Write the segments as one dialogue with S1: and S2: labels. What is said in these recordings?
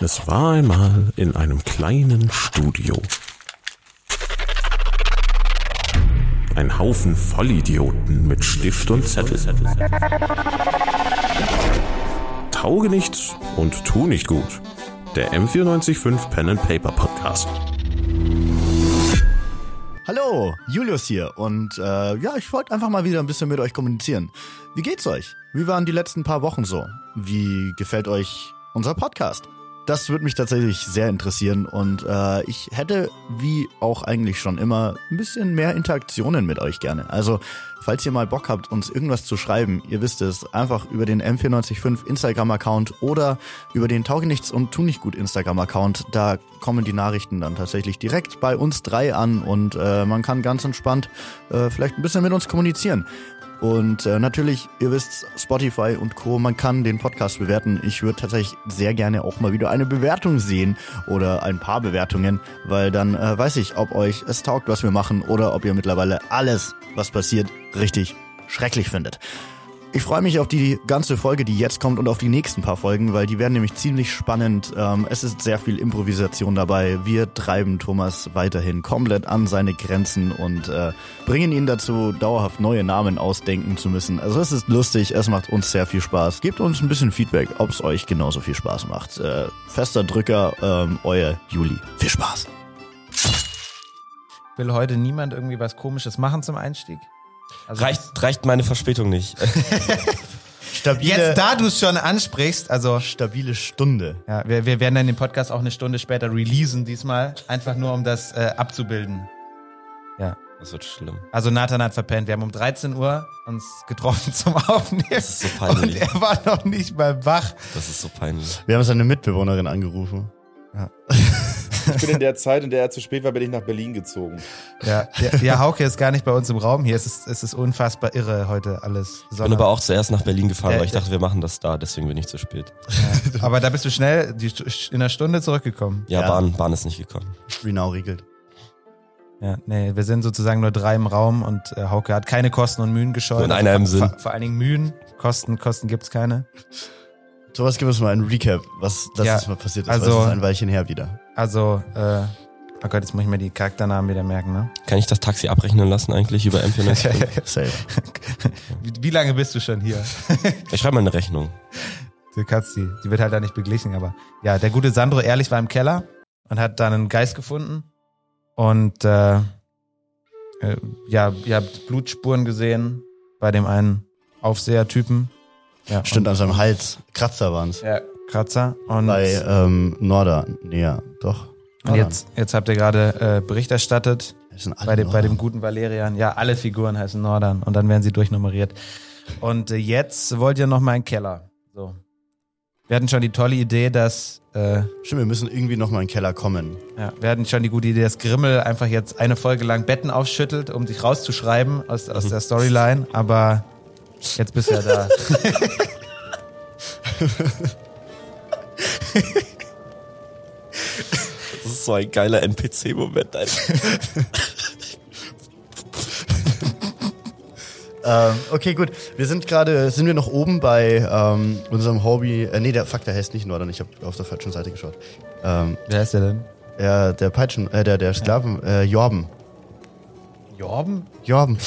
S1: Es war einmal in einem kleinen Studio. Ein Haufen Vollidioten mit Stift und Zettel. Tauge nichts und tu nicht gut. Der M945 Pen and Paper Podcast.
S2: Hallo, Julius hier und äh, ja, ich wollte einfach mal wieder ein bisschen mit euch kommunizieren. Wie geht's euch? Wie waren die letzten paar Wochen so? Wie gefällt euch unser Podcast? Das würde mich tatsächlich sehr interessieren und äh, ich hätte, wie auch eigentlich schon immer, ein bisschen mehr Interaktionen mit euch gerne. Also, falls ihr mal Bock habt, uns irgendwas zu schreiben, ihr wisst es, einfach über den M495 Instagram-Account oder über den Tauge nichts und tu nicht gut Instagram-Account. Da kommen die Nachrichten dann tatsächlich direkt bei uns drei an und äh, man kann ganz entspannt äh, vielleicht ein bisschen mit uns kommunizieren. Und äh, natürlich, ihr wisst, Spotify und Co., man kann den Podcast bewerten. Ich würde tatsächlich sehr gerne auch mal wieder eine Bewertung sehen oder ein paar Bewertungen, weil dann äh, weiß ich, ob euch es taugt, was wir machen oder ob ihr mittlerweile alles, was passiert, richtig schrecklich findet. Ich freue mich auf die ganze Folge, die jetzt kommt und auf die nächsten paar Folgen, weil die werden nämlich ziemlich spannend. Ähm, es ist sehr viel Improvisation dabei. Wir treiben Thomas weiterhin komplett an seine Grenzen und äh, bringen ihn dazu, dauerhaft neue Namen ausdenken zu müssen. Also es ist lustig, es macht uns sehr viel Spaß. Gebt uns ein bisschen Feedback, ob es euch genauso viel Spaß macht. Äh, fester Drücker, ähm, euer Juli. Viel Spaß.
S3: Will heute niemand irgendwie was Komisches machen zum Einstieg? Also
S4: Reicht, reicht meine Verspätung nicht.
S2: Stabile,
S3: Jetzt, da du es schon ansprichst, also
S2: stabile Stunde.
S3: ja, wir, wir werden dann den Podcast auch eine Stunde später releasen diesmal, einfach nur um das äh, abzubilden. Ja,
S4: Das wird schlimm.
S3: also Nathan hat verpennt. Wir haben um 13 Uhr uns getroffen zum Aufnehmen
S4: Das ist so peinlich.
S3: und er war noch nicht mal wach.
S4: Das ist so peinlich.
S2: Wir haben seine Mitbewohnerin angerufen.
S5: Ich bin in der Zeit, in der er zu spät war, bin ich nach Berlin gezogen.
S3: Ja, ja, ja Hauke ist gar nicht bei uns im Raum hier. Es ist, es ist unfassbar irre heute alles.
S4: Ich bin
S3: Sonne.
S4: aber auch zuerst nach Berlin gefahren,
S3: Ja,
S4: weil ich
S3: ja.
S4: dachte, wir machen das da, deswegen bin ich zu spät.
S3: aber da bist du schnell die, Stu- in einer Stunde zurückgekommen.
S4: Ja,
S2: Ja.
S4: Bahn, Bahn ist nicht gekommen.
S2: Renau regelt.
S3: Ja, nee, wir sind sozusagen nur drei im Raum und äh, Hauke hat keine Kosten und Mühen gescheut. Also
S4: Nur in einer im Sinn.
S3: Vor, vor allen Dingen Mühen. Kosten, Kosten gibt's keine.
S2: Thomas, gib uns mal einen Recap, was das
S3: Ja,
S2: jetzt mal passiert ist. Also,
S3: also-
S2: weil es ist ein Weilchen her wieder.
S3: Also, äh, oh Gott, jetzt muss ich mir die Charakternamen wieder merken, ne?
S4: Kann ich das Taxi abrechnen lassen eigentlich über M495?
S2: Safe.
S3: Wie, wie lange bist du schon hier?
S4: ich schreibe mal eine Rechnung.
S3: Du kannst die, die wird halt da nicht beglichen, aber ja, der gute Sandro Ehrlich war im Keller und hat dann einen Geist gefunden und äh, äh, ja, ihr habt Blutspuren gesehen bei dem einen Aufsehertypen. Ja,
S2: Stimmt, an seinem Hals. Kratzer waren es.
S3: Und, ja, Kratzer. Und
S2: Bei ähm, Norda. Nee, ja, doch.
S3: Und jetzt, jetzt habt ihr gerade äh, Bericht erstattet
S2: Das sind alle
S3: bei, dem bei dem
S2: Norda.
S3: guten Valerian. Ja, alle Figuren heißen Nordern und dann werden sie durchnummeriert. Und äh, jetzt wollt ihr nochmal einen Keller. So. Wir hatten schon die tolle Idee, dass äh,
S2: Stimmt, wir müssen irgendwie nochmal in den Keller kommen.
S3: ja, wir hatten schon die gute Idee, dass Grimmel einfach jetzt eine Folge lang Betten aufschüttelt, um dich rauszuschreiben aus, aus der Storyline, aber jetzt bist du ja da.
S4: Das ist so ein geiler NPC-Moment. einfach.
S2: Ähm, okay, gut. Wir sind gerade, sind wir noch oben bei ähm, unserem Hobby. Äh, nee, der, fuck, der heißt nicht Norda. Ich habe auf der falschen Seite geschaut. Ähm,
S3: Wer ist der denn?
S2: der, der Peitschen, äh, der, der Sklaven, äh, Jorben.
S3: Jorben?
S2: Jorben.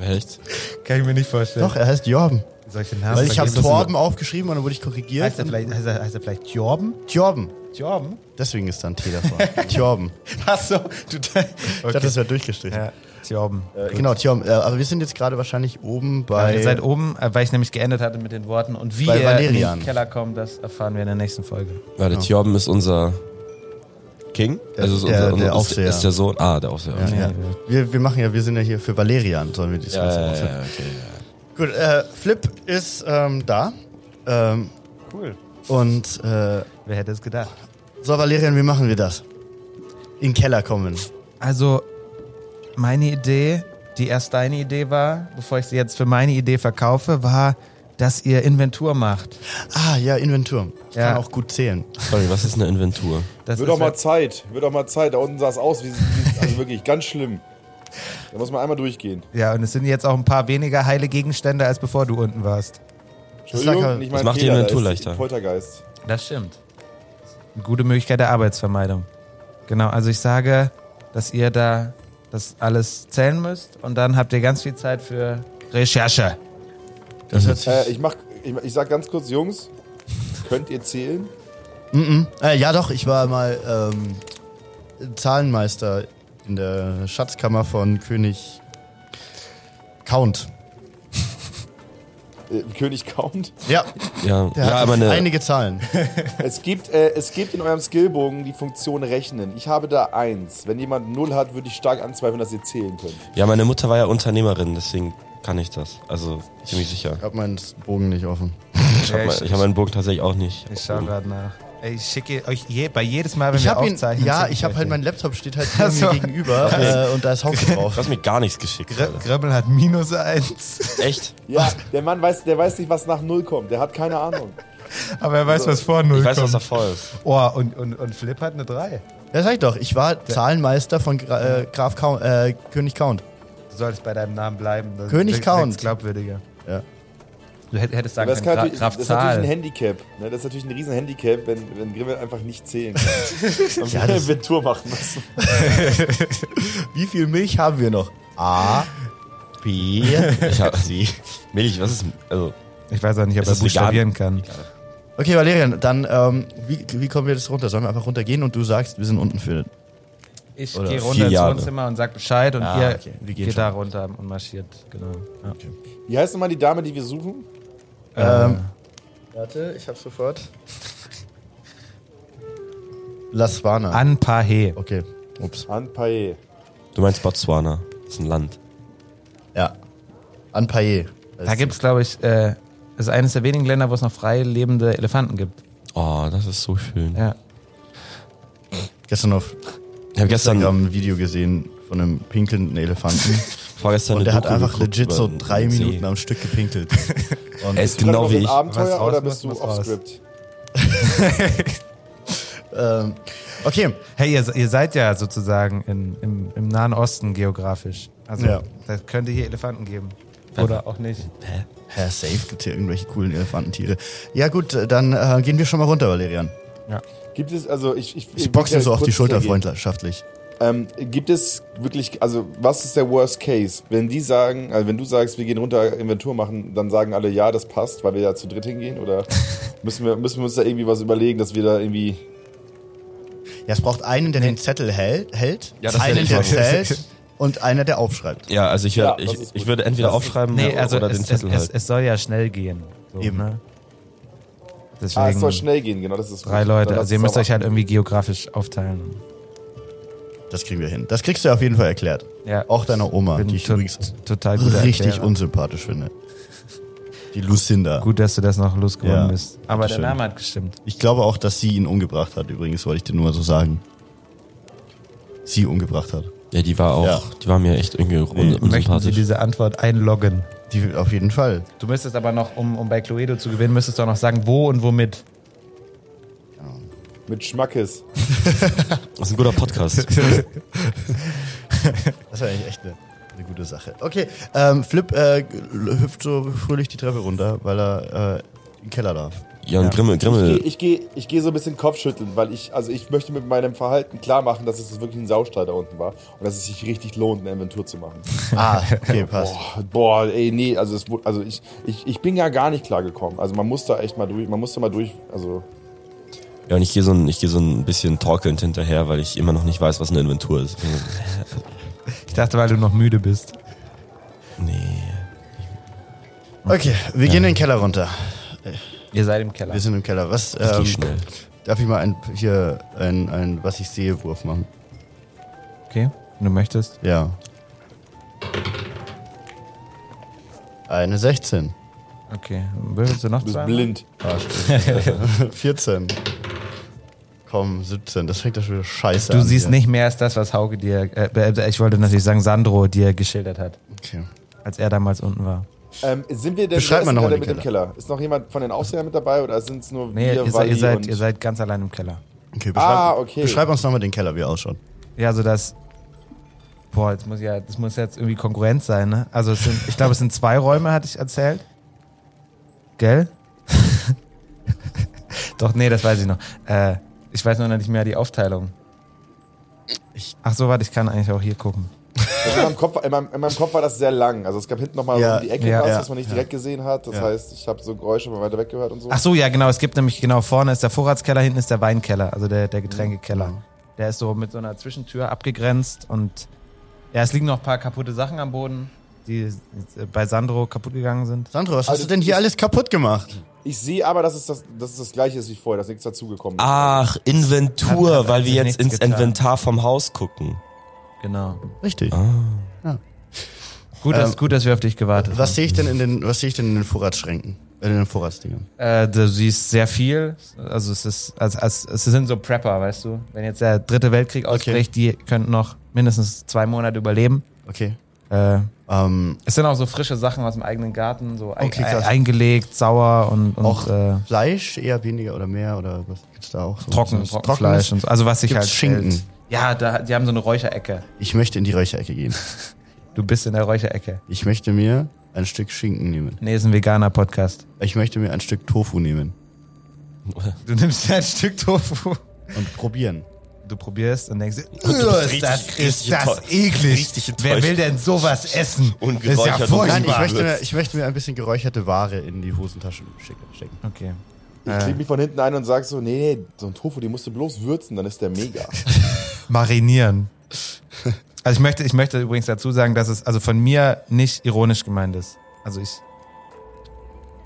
S4: Echt?
S3: Kann ich mir nicht vorstellen.
S2: Doch, er heißt Jorben.
S3: Solche Namen.
S2: Weil ich habe
S3: vergessen.
S2: Torben aufgeschrieben und dann wurde ich korrigiert.
S3: Heißt er vielleicht, heißt er, heißt er vielleicht Jorben?
S2: Jorben.
S3: Jorben?
S2: Deswegen ist da ein T davor. Tjorben.
S3: Achso, du
S2: Ich dachte, das wäre durchgestrichen.
S3: Ja, hier oben.
S2: Äh, genau, Tjorben. Äh, aber wir sind jetzt gerade wahrscheinlich oben bei.
S3: Ihr seid oben, äh, weil ich nämlich geändert hatte mit den Worten. Und wie
S2: Bei
S3: ihr
S2: Valerian.
S3: in den Keller kommt, das erfahren wir in der nächsten Folge.
S4: Warte, Thorben ist unser King?
S2: Der-
S4: also ist
S2: der-
S4: unser,
S2: der
S4: ist,
S2: Aufseher.
S4: ist der Sohn. Ah, der Aufseher.
S2: ja, ja. Wir, wir machen ja, wir sind ja hier für Valerian, sollen wir das
S4: Ja,
S2: Ganze
S4: ja,
S2: machen.
S4: ja, okay, ja.
S2: Gut, äh, Flip ist ähm, da. Ähm,
S3: Cool.
S2: und äh,
S3: Wer hätte es gedacht?
S2: so, Valerian, wie machen wir das? In den Keller kommen.
S3: Also, meine Idee, die erst deine Idee war, bevor ich sie jetzt für meine Idee verkaufe, war, dass ihr Inventur macht.
S2: Ah, ja, Inventur. Ich
S3: Ja.
S2: kann auch gut zählen.
S4: Sorry, was ist eine Inventur?
S3: Das
S5: Wird
S3: ist
S5: auch mal
S3: ja-
S5: Zeit, wird auch mal Zeit. Da unten sah es aus, wie, wie also wirklich ganz schlimm. Da muss man einmal durchgehen.
S3: ja, und es sind jetzt auch ein paar weniger heile Gegenstände, als bevor du unten warst.
S2: lag halt-
S5: Entschuldigung, nicht
S4: Das
S5: mein
S4: macht die
S5: Fehler, da
S4: Inventur
S5: ist
S4: leichter.
S5: Poltergeist.
S3: Das stimmt. Eine gute Möglichkeit der Arbeitsvermeidung. Genau, also ich sage, dass ihr da das alles zählen müsst und dann habt ihr ganz viel Zeit für Recherche.
S2: Das hört sich.
S5: Äh, ich, mach, ich, ich sag ganz kurz, Jungs, könnt ihr zählen?
S2: Äh, ja, doch, ich war mal ähm, Zahlenmeister in der Schatzkammer von König Count.
S5: Äh, König Count.
S2: Ja,
S4: Ja,
S2: der
S4: ja
S2: hat
S4: aber eine,
S2: einige Zahlen.
S5: Es gibt, äh, es gibt in eurem Skillbogen die Funktion Rechnen. Ich habe da eins. Wenn jemand null hat, würde ich stark anzweifeln, dass ihr zählen könnt.
S4: ja, meine Mutter war ja Unternehmerin, deswegen kann ich das. Also ziemlich sicher.
S2: Ich hab meinen Bogen nicht offen.
S4: Ich habe ich, ich hab meinen Bogen tatsächlich auch nicht.
S3: Ich schau gerade nach. Ey, Ich schicke euch je, bei jedes Mal, wenn
S2: Ich
S3: wir
S2: hab ihn,
S3: aufzeichnen.
S2: ja,
S3: schicke
S2: ich habe
S3: euch
S2: halt,
S3: den.
S2: mein Laptop steht halt
S3: Ach so.
S2: mir gegenüber äh, und da ist Hauke
S4: Du
S2: drauf.
S4: hast mir gar nichts geschickt.
S3: Gr
S4: Alter.
S3: Gribbel hat minus eins,
S4: Echt?
S5: Ja, der Mann weiß, der weiß nicht, was nach null kommt. Der hat keine Ahnung.
S3: aber er weiß, was vor null
S4: Ich weiß, was
S3: kommt.
S4: davor ist.
S3: Oh, und, und, und Flip hat eine drei.
S2: Ja, sag ich doch, ich war Zahlenmeister von Gra äh, Graf Count, äh, König Count.
S3: Du solltest bei deinem Namen bleiben. Das
S2: König
S3: wirkt-
S2: Count.
S3: wirkt's glaubwürdiger.
S2: Ja.
S3: Du hätt- hättest sagen
S5: Aber das, kann
S3: können,
S5: natürlich,
S3: Graf
S5: das ist natürlich ein
S3: Zahl.
S5: Handicap. Ne? Das ist natürlich ein riesen Handicap, wenn, wenn Grimmel einfach nicht zählen kann. Und
S2: Ja,
S5: ja,
S2: das-
S5: eine Tour machen müssen.
S2: Wie viel Milch haben wir noch? A, B,
S4: Ich hab, Milch, was ist. Also,
S3: Ich weiß auch nicht, ob
S4: Ist
S3: er
S4: das vegan?
S3: buchstabieren kann.
S2: Okay, Valerian, dann ähm, wie, wie kommen wir das runter? Sollen wir einfach runtergehen und du sagst, wir sind unten für.
S3: Ich
S2: Oder
S3: gehe
S4: vier
S3: runter ins
S4: Jahre.
S3: Wohnzimmer und sag Bescheid und
S2: Ah,
S3: ihr
S2: okay. Wir gehen
S3: geht
S2: schon.
S3: da runter und marschiert. Genau. Ja.
S5: Wie heißt nochmal die Dame, die wir suchen?
S2: Ähm, Warte, ich hab sofort. Laswana.
S3: Anpahe.
S2: okay, ups.
S5: Anpaye.
S4: du meinst Botswana. Das ist ein Land.
S2: Ja. Anpaye.
S3: Da gibt es, glaube ich, äh, das ist eines der wenigen Länder, wo es noch frei lebende Elefanten gibt.
S4: Oh, das ist so schön.
S3: Ja.
S2: gestern auf
S4: Ich habe gestern,
S2: Instagram ein Video gesehen von einem pinkelnden Elefanten.
S4: vorgestern
S2: und
S4: eine
S2: der hat
S4: Doku
S2: einfach
S4: geguckt
S2: legit so
S4: über den
S2: drei
S4: See.
S2: Minuten am Stück gepinkelt. Und
S4: Er ist
S5: Du
S4: genau
S5: gerade noch
S4: wie
S5: im
S4: ich.
S5: Abenteuer
S3: Was raus
S5: oder
S3: muss,
S5: bist du
S3: muss raus.
S5: off-script?
S2: ähm, okay,
S3: Hey, ihr, ihr seid ja sozusagen in, im, im Nahen Osten geografisch. Also,
S2: Ja.
S3: da könnte hier Elefanten geben. Oder auch nicht.
S2: ja, safe gibt's hier irgendwelche coolen Elefantentiere. Ja gut, dann äh, gehen wir schon mal runter, Valerian.
S5: Gibt es, also ich. Ich,
S2: Ich boxe dir so auf
S5: kurz
S2: die Schulter
S5: hintergehen.
S2: freundschaftlich.
S5: Ähm, gibt es wirklich, also was ist der Worst Case? Wenn die sagen, also wenn du sagst, wir gehen runter Inventur machen, dann sagen alle, ja, das passt, weil wir ja zu dritt hingehen? Oder müssen wir, müssen wir uns da irgendwie was überlegen, dass wir da irgendwie.
S2: Ja, es braucht einen, der den Zettel hält, hält
S4: Ja, das
S2: einen,
S4: hätte ich
S2: der
S4: machen.
S2: zählt und einer, der aufschreibt.
S4: Ja, also ich, wär,
S5: Ja, das
S4: ich,
S5: ist
S4: ich
S5: gut.
S4: würde entweder
S5: Das ist-
S4: aufschreiben
S3: Nee,
S4: oder-
S3: also
S4: oder
S3: es,
S4: den Zettel
S3: es,
S4: halt.
S3: es, es soll ja schnell gehen. So,
S2: Eben.
S3: Ne? Deswegen
S5: Ah, es soll schnell gehen, genau, das ist gut.
S3: drei Leute.
S5: Dann lass
S3: Also ihr
S5: es
S3: müsst
S5: aber-
S3: euch halt irgendwie geografisch aufteilen.
S2: Das kriegen wir hin. Das kriegst du auf jeden Fall erklärt.
S3: Ja.
S2: Auch deiner Oma,
S3: Bin
S2: die ich
S3: to-
S2: übrigens
S3: total gut
S2: richtig unsympathisch finde. Die Lucinda.
S3: Gut, dass du das noch
S2: Ja.
S3: losgeworden bist. Aber der
S2: Dankeschön.
S3: Name hat gestimmt.
S2: Ich glaube auch, dass sie ihn umgebracht hat, übrigens, wollte ich dir nur mal so sagen. Sie umgebracht hat.
S4: ja, die war auch,
S2: Ja.
S4: die war mir echt irgendwie un
S3: Möchten Sie
S4: unsympathisch.
S3: diese Antwort einloggen?
S2: Die auf jeden Fall.
S3: Du müsstest aber noch, um, um bei Cluedo zu gewinnen, müsstest du auch noch sagen, wo und womit.
S5: Mit Schmackes.
S4: Das ist ein guter Podcast.
S2: Das ist eigentlich echt eine, eine gute Sache. Okay, ähm, Flip äh, hüpft so fröhlich die Treppe runter, weil er äh, in den Keller darf.
S4: Ja, und Grimmel,
S5: Ich gehe
S2: Äh.
S4: Grimmel,
S5: ich geh, ich geh so ein bisschen Kopfschütteln, weil ich, also ich möchte mit meinem Verhalten klar machen, dass es wirklich ein Saustall da unten war und dass es sich richtig lohnt, eine Inventur zu machen.
S2: Ah, okay, passt.
S5: Boah, boah, ey, nee, also, es, wu- also ich, ich, ich bin ja gar nicht klar gekommen. Also man muss da echt mal durch, man muss da mal durch, also
S4: ja, und ich gehe so, ein- ich geh so ein bisschen torkelnd hinterher, weil ich immer noch nicht weiß, was eine Inventur ist.
S3: Ich dachte, weil du noch müde bist.
S4: Nee.
S2: Okay, wir gehen in den Keller runter.
S3: Ihr seid im Keller.
S2: Wir sind im Keller. Was,
S4: Das
S2: ähm,
S4: geht schnell.
S2: darf ich mal ein, hier ein, ein was ich sehe Wurf machen?
S3: Okay, wenn du möchtest.
S2: Ja. Eine 16.
S3: Okay, würfelst du noch
S5: du bist
S3: zwei?
S5: blind.
S2: 14. Komm, 17. Das fängt ja schon wieder scheiße an.
S3: Du siehst
S2: hier.
S3: nicht mehr als das, was Hauke dir, äh, äh, ich wollte natürlich sagen, Sandro dir geschildert hat,
S2: Okay.
S3: als er damals unten war.
S5: Ähm, sind wir denn
S2: Beschreib
S5: wer
S2: mal
S5: ist
S2: noch
S5: denn
S2: mal
S5: mit
S2: den
S5: dem Keller? Ist noch jemand von den Aufsehern mit dabei oder sind es nur
S3: Nee, ihr,
S5: wir,
S3: se-
S5: Wally
S3: ihr, seid,
S5: und
S3: ihr seid ganz allein im Keller.
S2: okay beschreib,
S5: Ah, okay.
S2: Beschreib uns nochmal den Keller, wie er ausschaut.
S3: Ja, also das. Boah, jetzt muss ja, das muss jetzt irgendwie Konkurrenz sein, ne? Also es sind, ich glaube, es sind zwei Räume, hatte ich erzählt. Gell? Doch, nee, das weiß ich noch. Äh, Ich weiß nur noch nicht mehr die Aufteilung. Ach so, warte, ich kann eigentlich auch hier gucken.
S5: Also in, meinem Kopf, in, meinem, in meinem Kopf war das sehr lang. Also es gab hinten nochmal
S2: Ja,
S5: um die Ecke
S3: ja,
S5: was,
S2: ja,
S5: was man nicht
S2: ja.
S5: direkt gesehen hat. Das
S2: Ja.
S5: heißt, ich habe so Geräusche mal weiter weggehört und so.
S3: Ach so, ja, genau. Es gibt nämlich, genau, vorne ist der Vorratskeller, hinten ist der Weinkeller, also der, der Getränkekeller. Der ist so mit so einer Zwischentür abgegrenzt und ja, es liegen noch ein paar kaputte Sachen am Boden, die äh, bei Sandro kaputt gegangen sind.
S2: Sandro, was hast
S5: Also,
S2: du denn hier alles kaputt gemacht?
S5: Ich sehe aber, dass es das, dass es das gleiche ist wie vorher, dass nichts dazugekommen
S3: Ah.
S5: ist.
S4: Ach, Inventur,
S3: Hat- hat
S4: weil wir
S3: also nichts
S4: jetzt ins
S3: getan.
S4: Inventar vom Haus gucken.
S3: Genau.
S2: Richtig.
S3: Gut, dass, gut, dass wir auf dich gewartet
S2: Ähm, Was sehe ich denn in den, was sehe ich denn in den Vorratsschränken? Äh, In den Vorratsdingern?
S3: Äh, du siehst sehr viel. Also es ist, als, als, es sind so Prepper, weißt du. Wenn jetzt der dritte Weltkrieg ausbricht, die könnten noch mindestens zwei Monate überleben.
S2: Okay.
S3: Äh,
S2: Ähm,
S3: es sind auch so frische Sachen aus dem eigenen Garten, so ei-
S2: Okay,
S3: ei-
S2: krass.
S3: eingelegt, sauer und, und
S2: auch
S3: äh,
S2: Fleisch eher weniger oder mehr oder was gibt's da auch? So
S3: trocken,
S2: was
S3: Trockenfleisch und so. Also was sich
S2: Gibt's
S3: halt
S2: Schinken?
S3: hält. Ja, da, die haben so eine Räucherecke.
S2: Ich möchte in die Räucherecke gehen.
S3: Du bist in der Räucherecke.
S2: Ich möchte mir ein Stück Schinken nehmen.
S3: Nee, ist ein veganer Podcast.
S2: Ich möchte mir ein Stück Tofu nehmen
S3: Du nimmst dir ein Stück Tofu.
S2: und probieren.
S3: Du probierst und denkst,
S4: richtig-
S3: ist das, ist
S4: richtig
S3: das
S4: enttäuscht. Richtig
S3: eklig.
S4: enttäuscht.
S3: Wer will denn sowas essen?
S4: Und
S3: Das ist ja
S4: geräuchert.
S2: Nein, ich
S3: furchtbar.
S2: möchte, mir, ich möchte mir ein bisschen geräucherte Ware in die Hosentasche schicken- stecken.
S3: Okay.
S5: Ich klebe mich von hinten ein und sag so, nee, nee, so ein Tofu, den musst du bloß würzen, dann ist der mega.
S3: Marinieren. Also ich möchte, ich möchte übrigens dazu sagen, dass es also von mir nicht ironisch gemeint ist. Also ich,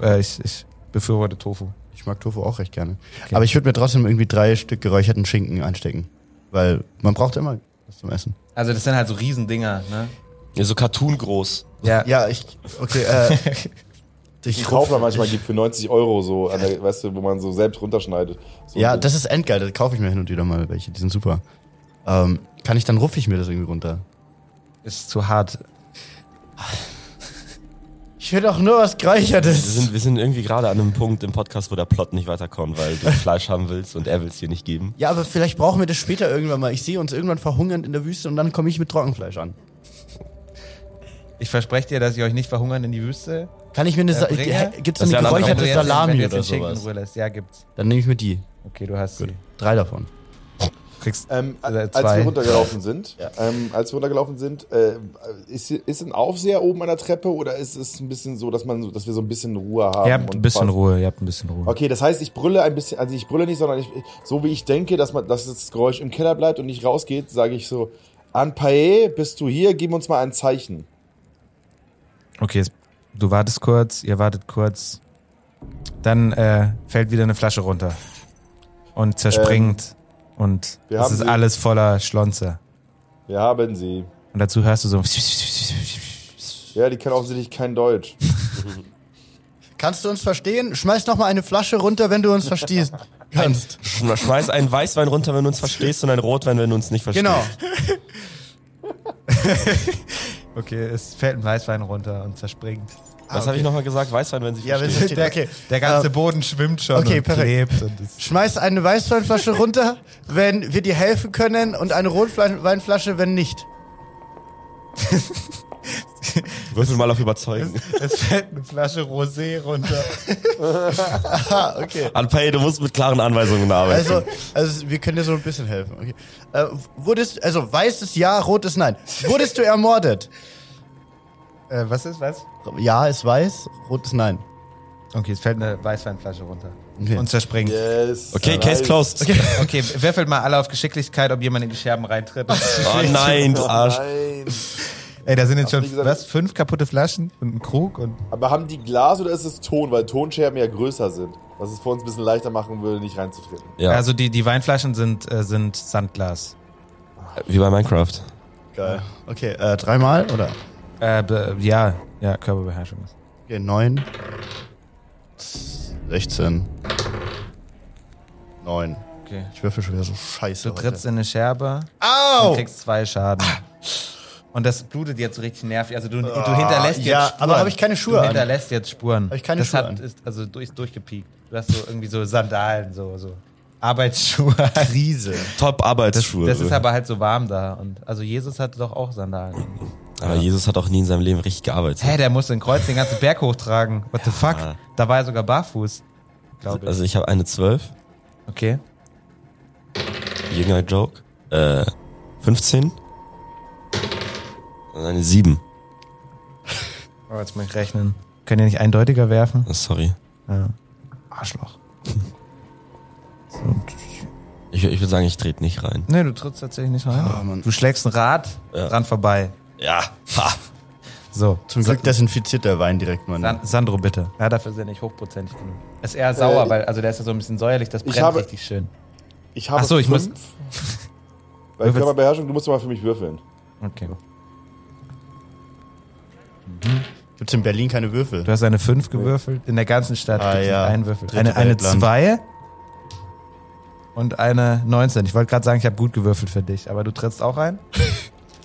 S3: äh, ich, ich befürworte Tofu.
S2: Ich mag Tofu auch recht gerne. Aber ich würde mir trotzdem irgendwie drei Stück geräucherten Schinken einstecken. Weil man braucht immer was zum Essen.
S3: Also das sind halt so Riesendinger, ne?
S4: Ja, so Cartoon groß.
S3: Ja.
S2: Ja, ich. Okay, äh. ich
S5: Die
S2: rupf-
S5: Kaufland manchmal
S2: ich-
S5: gibt für 90 Euro so, an der, weißt du, wo man so selbst runterschneidet. So
S2: Ja,
S5: ein-
S2: das ist endgeil. Da kaufe ich mir hin und wieder mal welche. Die sind super. Ähm, kann ich dann rupfe ich mir das irgendwie runter?
S3: Ist zu hart.
S2: Ich will doch nur was
S4: Wir
S2: Geräuchertes.
S4: sind, wir sind irgendwie gerade an einem Punkt im Podcast, wo der Plot nicht weiterkommt, weil du Fleisch haben willst und er will es dir nicht geben.
S2: Ja, aber vielleicht brauchen wir das später irgendwann mal. Ich sehe uns irgendwann verhungernd in der Wüste und dann komme ich mit Trockenfleisch an.
S3: Ich verspreche dir, dass ich euch nicht verhungern in die Wüste. äh,
S2: Kann ich mir eine. Sa
S3: bringe.
S2: Hä, gibt's
S4: Das
S2: eine
S4: ist ja ein anderer
S3: Wenn
S2: geräucherte
S3: du jetzt- wenn du
S2: Salami
S3: jetzt den
S2: oder
S3: Schinken in
S2: sowas?
S3: Ruhe lässt. Ja, gibt's.
S2: Dann nehme ich mir die.
S3: Okay, du hast sie.
S2: Drei davon.
S3: Kriegst
S5: Ähm,
S3: Also
S5: als
S3: zwei.
S5: wir runtergelaufen sind, ähm, als wir runtergelaufen sind, äh, ist, ist ein Aufseher oben an der Treppe oder ist es ein bisschen so, dass man, so- dass wir so ein bisschen Ruhe haben?
S3: Ihr habt ein
S5: und
S3: bisschen
S5: was-
S3: Ruhe, ihr habt ein bisschen Ruhe.
S5: Okay, das heißt, ich brülle ein bisschen, also ich brülle nicht, sondern ich, so wie ich denke, dass man, dass das Geräusch im Keller bleibt und nicht rausgeht, sage ich so: Anpae, bist du hier? Gib uns mal ein Zeichen.
S3: Okay, es- du wartest kurz, ihr wartet kurz. Dann äh, fällt wieder eine Flasche runter. Und zerspringt. und
S5: Ähm, wir
S3: es
S5: haben
S3: ist
S5: sie.
S3: alles voller Schlonze.
S5: Wir haben sie.
S3: Und dazu hörst du so.
S5: Ja, die kann offensichtlich kein Deutsch.
S2: Kannst du uns verstehen? Schmeiß noch mal eine Flasche runter, wenn du uns verstehst. Kannst.
S4: Sch- Schmeiß einen Weißwein runter, wenn du uns verstehst, und einen Rotwein, wenn du uns nicht verstehst.
S2: Genau.
S3: Okay, es fällt ein Weißwein runter und zerspringt.
S4: Was
S3: Ah,
S4: habe ich nochmal gesagt? Weißwein, wenn sie
S2: Ja, wenn
S4: verstehst.
S2: sie
S3: Der,
S2: okay.
S3: der ganze
S2: Ähm,
S3: Boden schwimmt schon
S2: okay,
S3: und
S2: perfekt.
S3: klebt. Und es,
S2: Schmeiß eine Weißweinflasche runter, wenn wir dir helfen können und eine Rotweinflasche, wenn nicht.
S4: Würfel mal auf überzeugen.
S3: es fällt eine Flasche Rosé runter.
S2: Ah, okay.
S4: Anpei, du musst mit klaren Anweisungen arbeiten.
S2: Also, also wir können dir so ein bisschen helfen. Okay. Äh, wurdest, also weißes Ja, rotes Nein. Wurdest du ermordet?
S3: äh, was ist was?
S2: Ja ist weiß, rotes Nein.
S3: Okay, es fällt eine Weißweinflasche runter.
S2: Okay.
S3: Und zerspringt.
S5: Yes.
S4: okay, Case closed.
S3: Okay, würfelt mal alle auf Geschicklichkeit, ob jemand in die Scherben reintritt.
S4: Oh nein, du Arsch.
S5: Nein.
S3: Ey, da sind jetzt
S5: Ach,
S3: schon
S5: wie gesagt-
S3: was, fünf kaputte Flaschen und ein Krug und
S5: Aber haben die Glas oder ist es Ton? Weil Tonscherben ja größer sind. Was es für uns ein bisschen leichter machen würde, nicht reinzutreten.
S4: Ja,
S3: also die, die Weinflaschen sind, äh, sind Sandglas.
S4: wie bei Minecraft.
S2: Geil. Okay, äh, dreimal oder?
S3: Äh, be- ja, ja, Körperbeherrschung. ist-
S2: Okay, neun. 16. Neun.
S3: Okay.
S2: Ich würfel schon wieder so scheiße.
S3: Du
S2: heute.
S3: trittst in eine Scherbe und
S2: Au!
S3: kriegst zwei Schaden. Und das blutet jetzt so richtig nervig. Also du, du hinterlässt jetzt
S2: ja,
S3: Spuren.
S2: aber hab ich keine Schuhe
S3: Du
S2: an.
S3: hinterlässt jetzt Spuren.
S2: Hab ich keine
S3: das
S2: Schuhe
S3: hat,
S2: an.
S3: ist also durch, durchgepiekt. Du hast so irgendwie so Sandalen, so, so Arbeitsschuhe.
S2: Riese.
S4: Top Arbeitsschuhe.
S3: Das ist aber halt so warm da. Und also Jesus hatte doch auch Sandalen.
S4: Aber Ah, Jesus hat auch nie in seinem Leben richtig gearbeitet.
S3: Hä, der musste den Kreuz den ganzen Berg hochtragen. What the fuck? Da war er sogar barfuß. Glaube ich.
S4: Also ich habe eine 12
S3: Okay.
S4: Jünger Joke. Äh, 15. Und eine 7.
S3: Oh, jetzt muss ich rechnen. Könnt ihr nicht eindeutiger werfen?
S4: Ah, Sorry.
S3: Ja. Arschloch. So.
S4: Ich, ich würde sagen, ich trete nicht rein.
S3: Nee, du trittst tatsächlich nicht rein.
S2: Ah, Mann.
S3: du schlägst ein Rad
S4: Ja.
S3: dran vorbei.
S4: Ja. Ha.
S3: So.
S2: Zum Glück desinfiziert der Wein direkt mal.
S3: San Sandro, bitte. Ja, dafür ist er nicht hochprozentig genug. Ist eher sauer,
S5: Äh,
S3: weil, also der ist ja so ein bisschen säuerlich, das
S5: ich
S3: brennt
S5: habe-
S3: richtig schön.
S5: Ich habe
S3: Ach so, ich muss-
S5: Bei
S3: Würfelst-
S5: Körperbeherrschung, du musst mal für mich würfeln.
S3: Okay.
S2: Gibt's in Berlin keine Würfel?
S3: Du hast eine 5 gewürfelt. In der ganzen Stadt
S2: Ah,
S3: gibt's
S2: ja.
S3: einen Würfel.
S2: Dritte
S3: Eine, eine
S2: Weltland.
S3: 2 und eine 19. Ich wollte gerade sagen, ich habe gut gewürfelt für dich, aber du trittst auch rein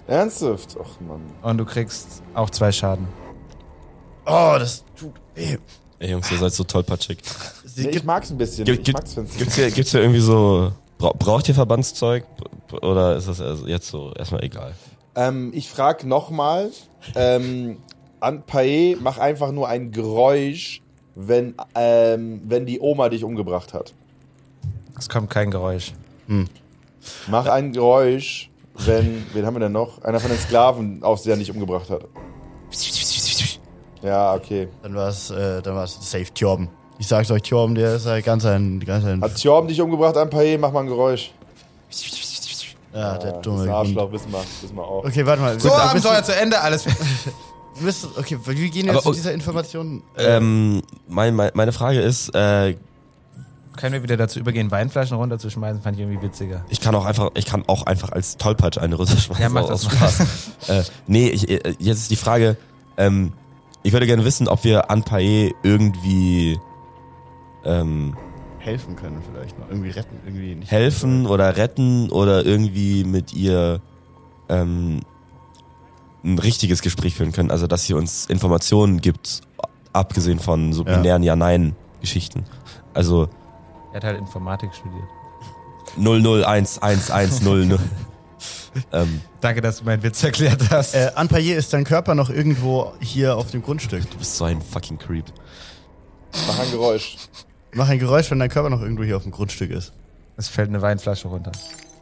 S5: Ernsthaft? Ach Mann.
S3: und du kriegst auch zwei Schaden.
S2: Oh, das tut weh.
S4: Ey, Jungs, ihr seid so tollpatschig.
S2: Sie
S5: Nee, ich
S2: gibt,
S5: mag's ein bisschen.
S4: Gibt-
S5: ich
S4: gibt-
S5: mag's, wenn's.
S4: Gibt's hier, gibt's hier irgendwie so. Bra braucht ihr Verbandszeug? Oder ist das also jetzt so erstmal egal?
S5: Ähm, ich frage nochmal. Ähm, Aunt Pae, mach einfach nur ein Geräusch, wenn, ähm, wenn die Oma dich umgebracht hat.
S3: Es kommt kein Geräusch.
S5: Mach ein Geräusch, wenn. Wen haben wir denn noch? Einer von den Sklaven, auf der dich umgebracht hat. Ja, okay.
S2: dann war's, äh, dann war's safe Tjorben. Ich sag's euch, Tjorben, der ist halt ganz ein, ganz ein,
S5: Hat Thorben dich umgebracht, Aunt Pae? Mach mal ein Geräusch.
S2: ah, der
S5: Ja,
S2: dumme
S5: das
S2: Hund.
S5: Arschloch, wissen wir, wissen wir auch.
S2: Okay, warte mal.
S3: So,
S2: Wir müssen-
S3: Abenteuer zu Ende, alles.
S2: wir müssen, okay, wir gehen jetzt
S4: Aber,
S2: zu
S4: oh,
S2: dieser Information.
S4: Ähm, mein, mein, meine Frage ist, äh,
S3: Können wir wieder dazu übergehen, Weinflaschen runterzuschmeißen, fand ich irgendwie witziger.
S4: ich kann auch einfach, ich kann auch einfach als Tollpatsch eine runterschmeißen.
S3: Ja, mach
S4: aus-
S3: das
S4: aus
S3: mal.
S4: Spaß. äh, nee, ich, äh, jetzt ist die Frage, ähm, ich würde gerne wissen, ob wir Anpae irgendwie ähm,
S2: helfen können vielleicht noch. Irgendwie retten, irgendwie nicht.
S4: helfen oder retten oder irgendwie mit ihr ähm, ein richtiges Gespräch führen können. Also, dass sie uns Informationen gibt, abgesehen von so
S2: Ja.
S4: binären Ja-Nein-Geschichten. Also
S3: Er hat halt Informatik studiert.
S4: 001110. ähm,
S3: Danke, dass du meinen Witz erklärt hast.
S2: Äh, Anpayer, ist dein Körper noch irgendwo hier auf dem Grundstück?
S4: du bist so ein fucking Creep.
S5: Mach ein Geräusch.
S2: Mach ein Geräusch, wenn dein Körper noch irgendwo hier auf dem Grundstück ist.
S3: es fällt eine Weinflasche runter.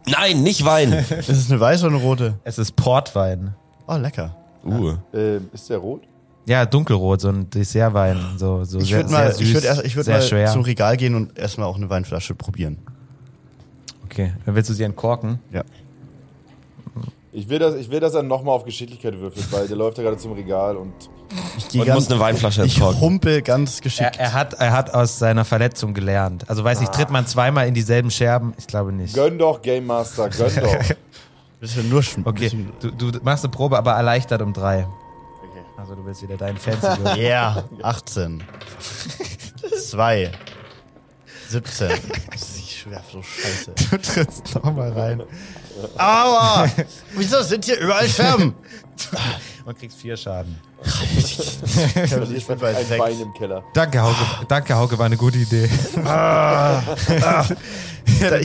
S4: Nein, nicht Wein.
S2: Ist es eine weiße oder eine rote?
S3: Es ist Portwein.
S2: Oh, lecker.
S4: Uh.
S5: Ähm, ist der rot?
S3: Ja, dunkelrot, so ein Dessertwein. So, so
S2: Ich
S3: sehr,
S2: würde mal,
S3: sehr süß,
S2: ich würd erst, ich würd
S3: sehr
S2: mal
S3: schwer.
S2: zum Regal gehen und erstmal auch eine Weinflasche probieren.
S3: Okay, dann willst du sie entkorken?
S5: Ich will, dass, ich will, dass er nochmal auf Geschicklichkeit würfelt, weil der läuft ja gerade zum Regal und.
S2: Ich, geh
S4: Und muss eine Weinflasche
S2: ich
S4: entkorken.
S2: humpel ganz
S3: Er,
S2: geschickt.
S3: er, hat, er hat aus seiner Verletzung gelernt. Also weiß ich,
S5: Ah.
S3: tritt man zweimal in dieselben Scherben? Ich glaube nicht.
S5: Gönn doch, Game Master, gönn doch.
S2: bisschen nuschen.
S3: Okay,
S2: Bisschen,
S3: du, du machst eine Probe, aber erleichtert um drei. Also du willst wieder deinen Fans
S2: yeah, 18. 2. 17. Ich werf so scheiße.
S3: Du trittst nochmal rein
S2: Aua! Wieso sind hier überall Scherben?
S3: und kriegst vier Schaden.
S2: Ich
S5: Also hier ist ein Bein im Keller.
S3: Danke, Hauke. Danke, Hauke, war eine gute Idee.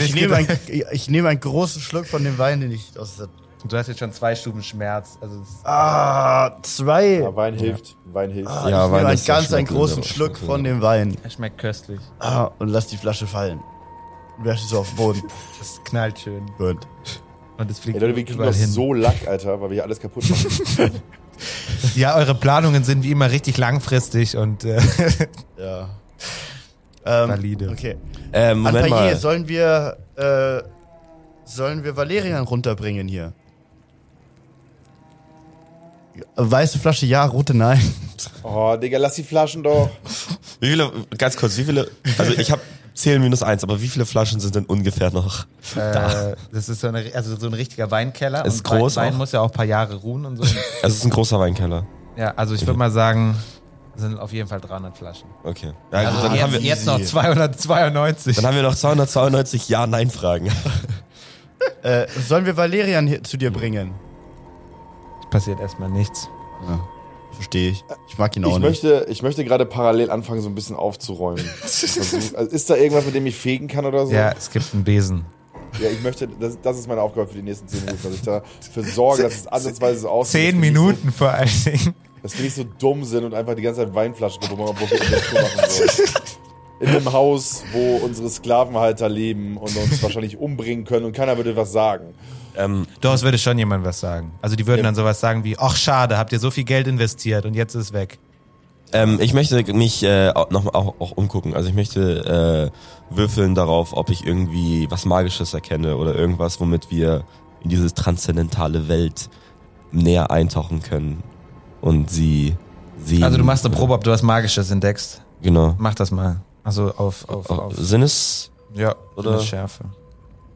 S2: Ich nehme ein- ich nehme einen großen Schluck von dem Wein, den ich aus der.
S3: Du hast jetzt schon zwei Stufen Schmerz. Also es ist
S2: Ah, zwei.
S5: Ja, Wein hilft, Wein hilft.
S2: ich
S3: Ah,
S4: Ja, Wein
S2: nehme einen
S4: ist sehr
S2: ganz einen
S4: schmeckend,
S2: großen
S4: aber-
S2: Schluck von dem Wein.
S3: Es schmeckt köstlich.
S2: Ah, und lass die Flasche fallen. Und werf sie so auf den Boden.
S3: Es knallt schön.
S2: Burnt.
S3: Und es fliegt
S5: Ey Leute, wir kriegen doch
S3: überall hin.
S5: so Lack, Alter, weil wir hier alles kaputt machen.
S3: Ja, eure Planungen sind wie immer richtig langfristig und äh,
S2: Ja. Ähm,
S3: Valide.
S2: Okay.
S4: Ähm, Moment
S2: Anpayer,
S4: mal.
S2: sollen wir, äh, sollen wir Valerian runterbringen hier? Weiße Flasche ja, rote nein.
S5: Oh, Digga, lass die Flaschen doch.
S4: Wie viele, ganz kurz, wie viele, also ich habe zählen minus eins, aber wie viele Flaschen sind denn ungefähr noch?
S3: äh, das ist so, eine, also so ein richtiger Weinkeller.
S4: Ist
S3: und
S4: groß
S3: Wein, Wein
S4: auch?
S3: muss ja auch ein paar Jahre ruhen und so.
S4: Es ist ein großer Weinkeller.
S3: ja, also ich würde mal sagen, sind auf jeden Fall 300 Flaschen.
S4: Okay. Ja, gut,
S3: Also
S4: dann,
S3: jetzt,
S4: haben wir,
S3: jetzt noch 292.
S4: dann haben wir noch 292 Ja-Nein-Fragen.
S2: Äh, sollen wir Valerian hier zu dir bringen?
S3: Passiert erstmal nichts.
S2: Verstehe ich. Ich mag ihn auch
S5: Ich
S2: nicht.
S5: möchte, ich möchte gerade parallel anfangen, so ein bisschen aufzuräumen. Versuch- also, ist da irgendwas, mit dem ich fegen kann oder so?
S3: Ja, es gibt einen Besen.
S5: Ja, ich möchte, das, das ist meine Aufgabe für die nächsten 10 Minuten, dass ich dafür sorge, dass es ansatzweise so aussieht.
S3: Zehn
S5: dass wir nicht
S3: Minuten vor allen Dingen.
S5: So, dass wir nicht so dumm sind und einfach die ganze Zeit Weinflaschen rummachen, obwohl wir das so machen sollen. in einem Haus, wo unsere Sklavenhalter leben und uns wahrscheinlich umbringen können und keiner würde was sagen.
S4: Ähm,
S3: Doch, es würde schon jemand was sagen. Also die würden
S5: Ja.
S3: dann sowas sagen wie, ach schade, habt ihr so viel Geld investiert und jetzt ist es weg.
S4: ähm, ich möchte mich äh, auch noch mal auch, auch umgucken. Also ich möchte äh, würfeln darauf, ob ich irgendwie was Magisches erkenne oder irgendwas, womit wir in diese transzendentale Welt näher eintauchen können und sie sehen.
S3: Also du machst eine Probe, ob du was Magisches entdeckst.
S4: Genau.
S3: Mach das mal. Also auf, auf, auf.
S4: Sinnes.
S3: Ja,
S4: Oder-
S3: Sinnesschärfe.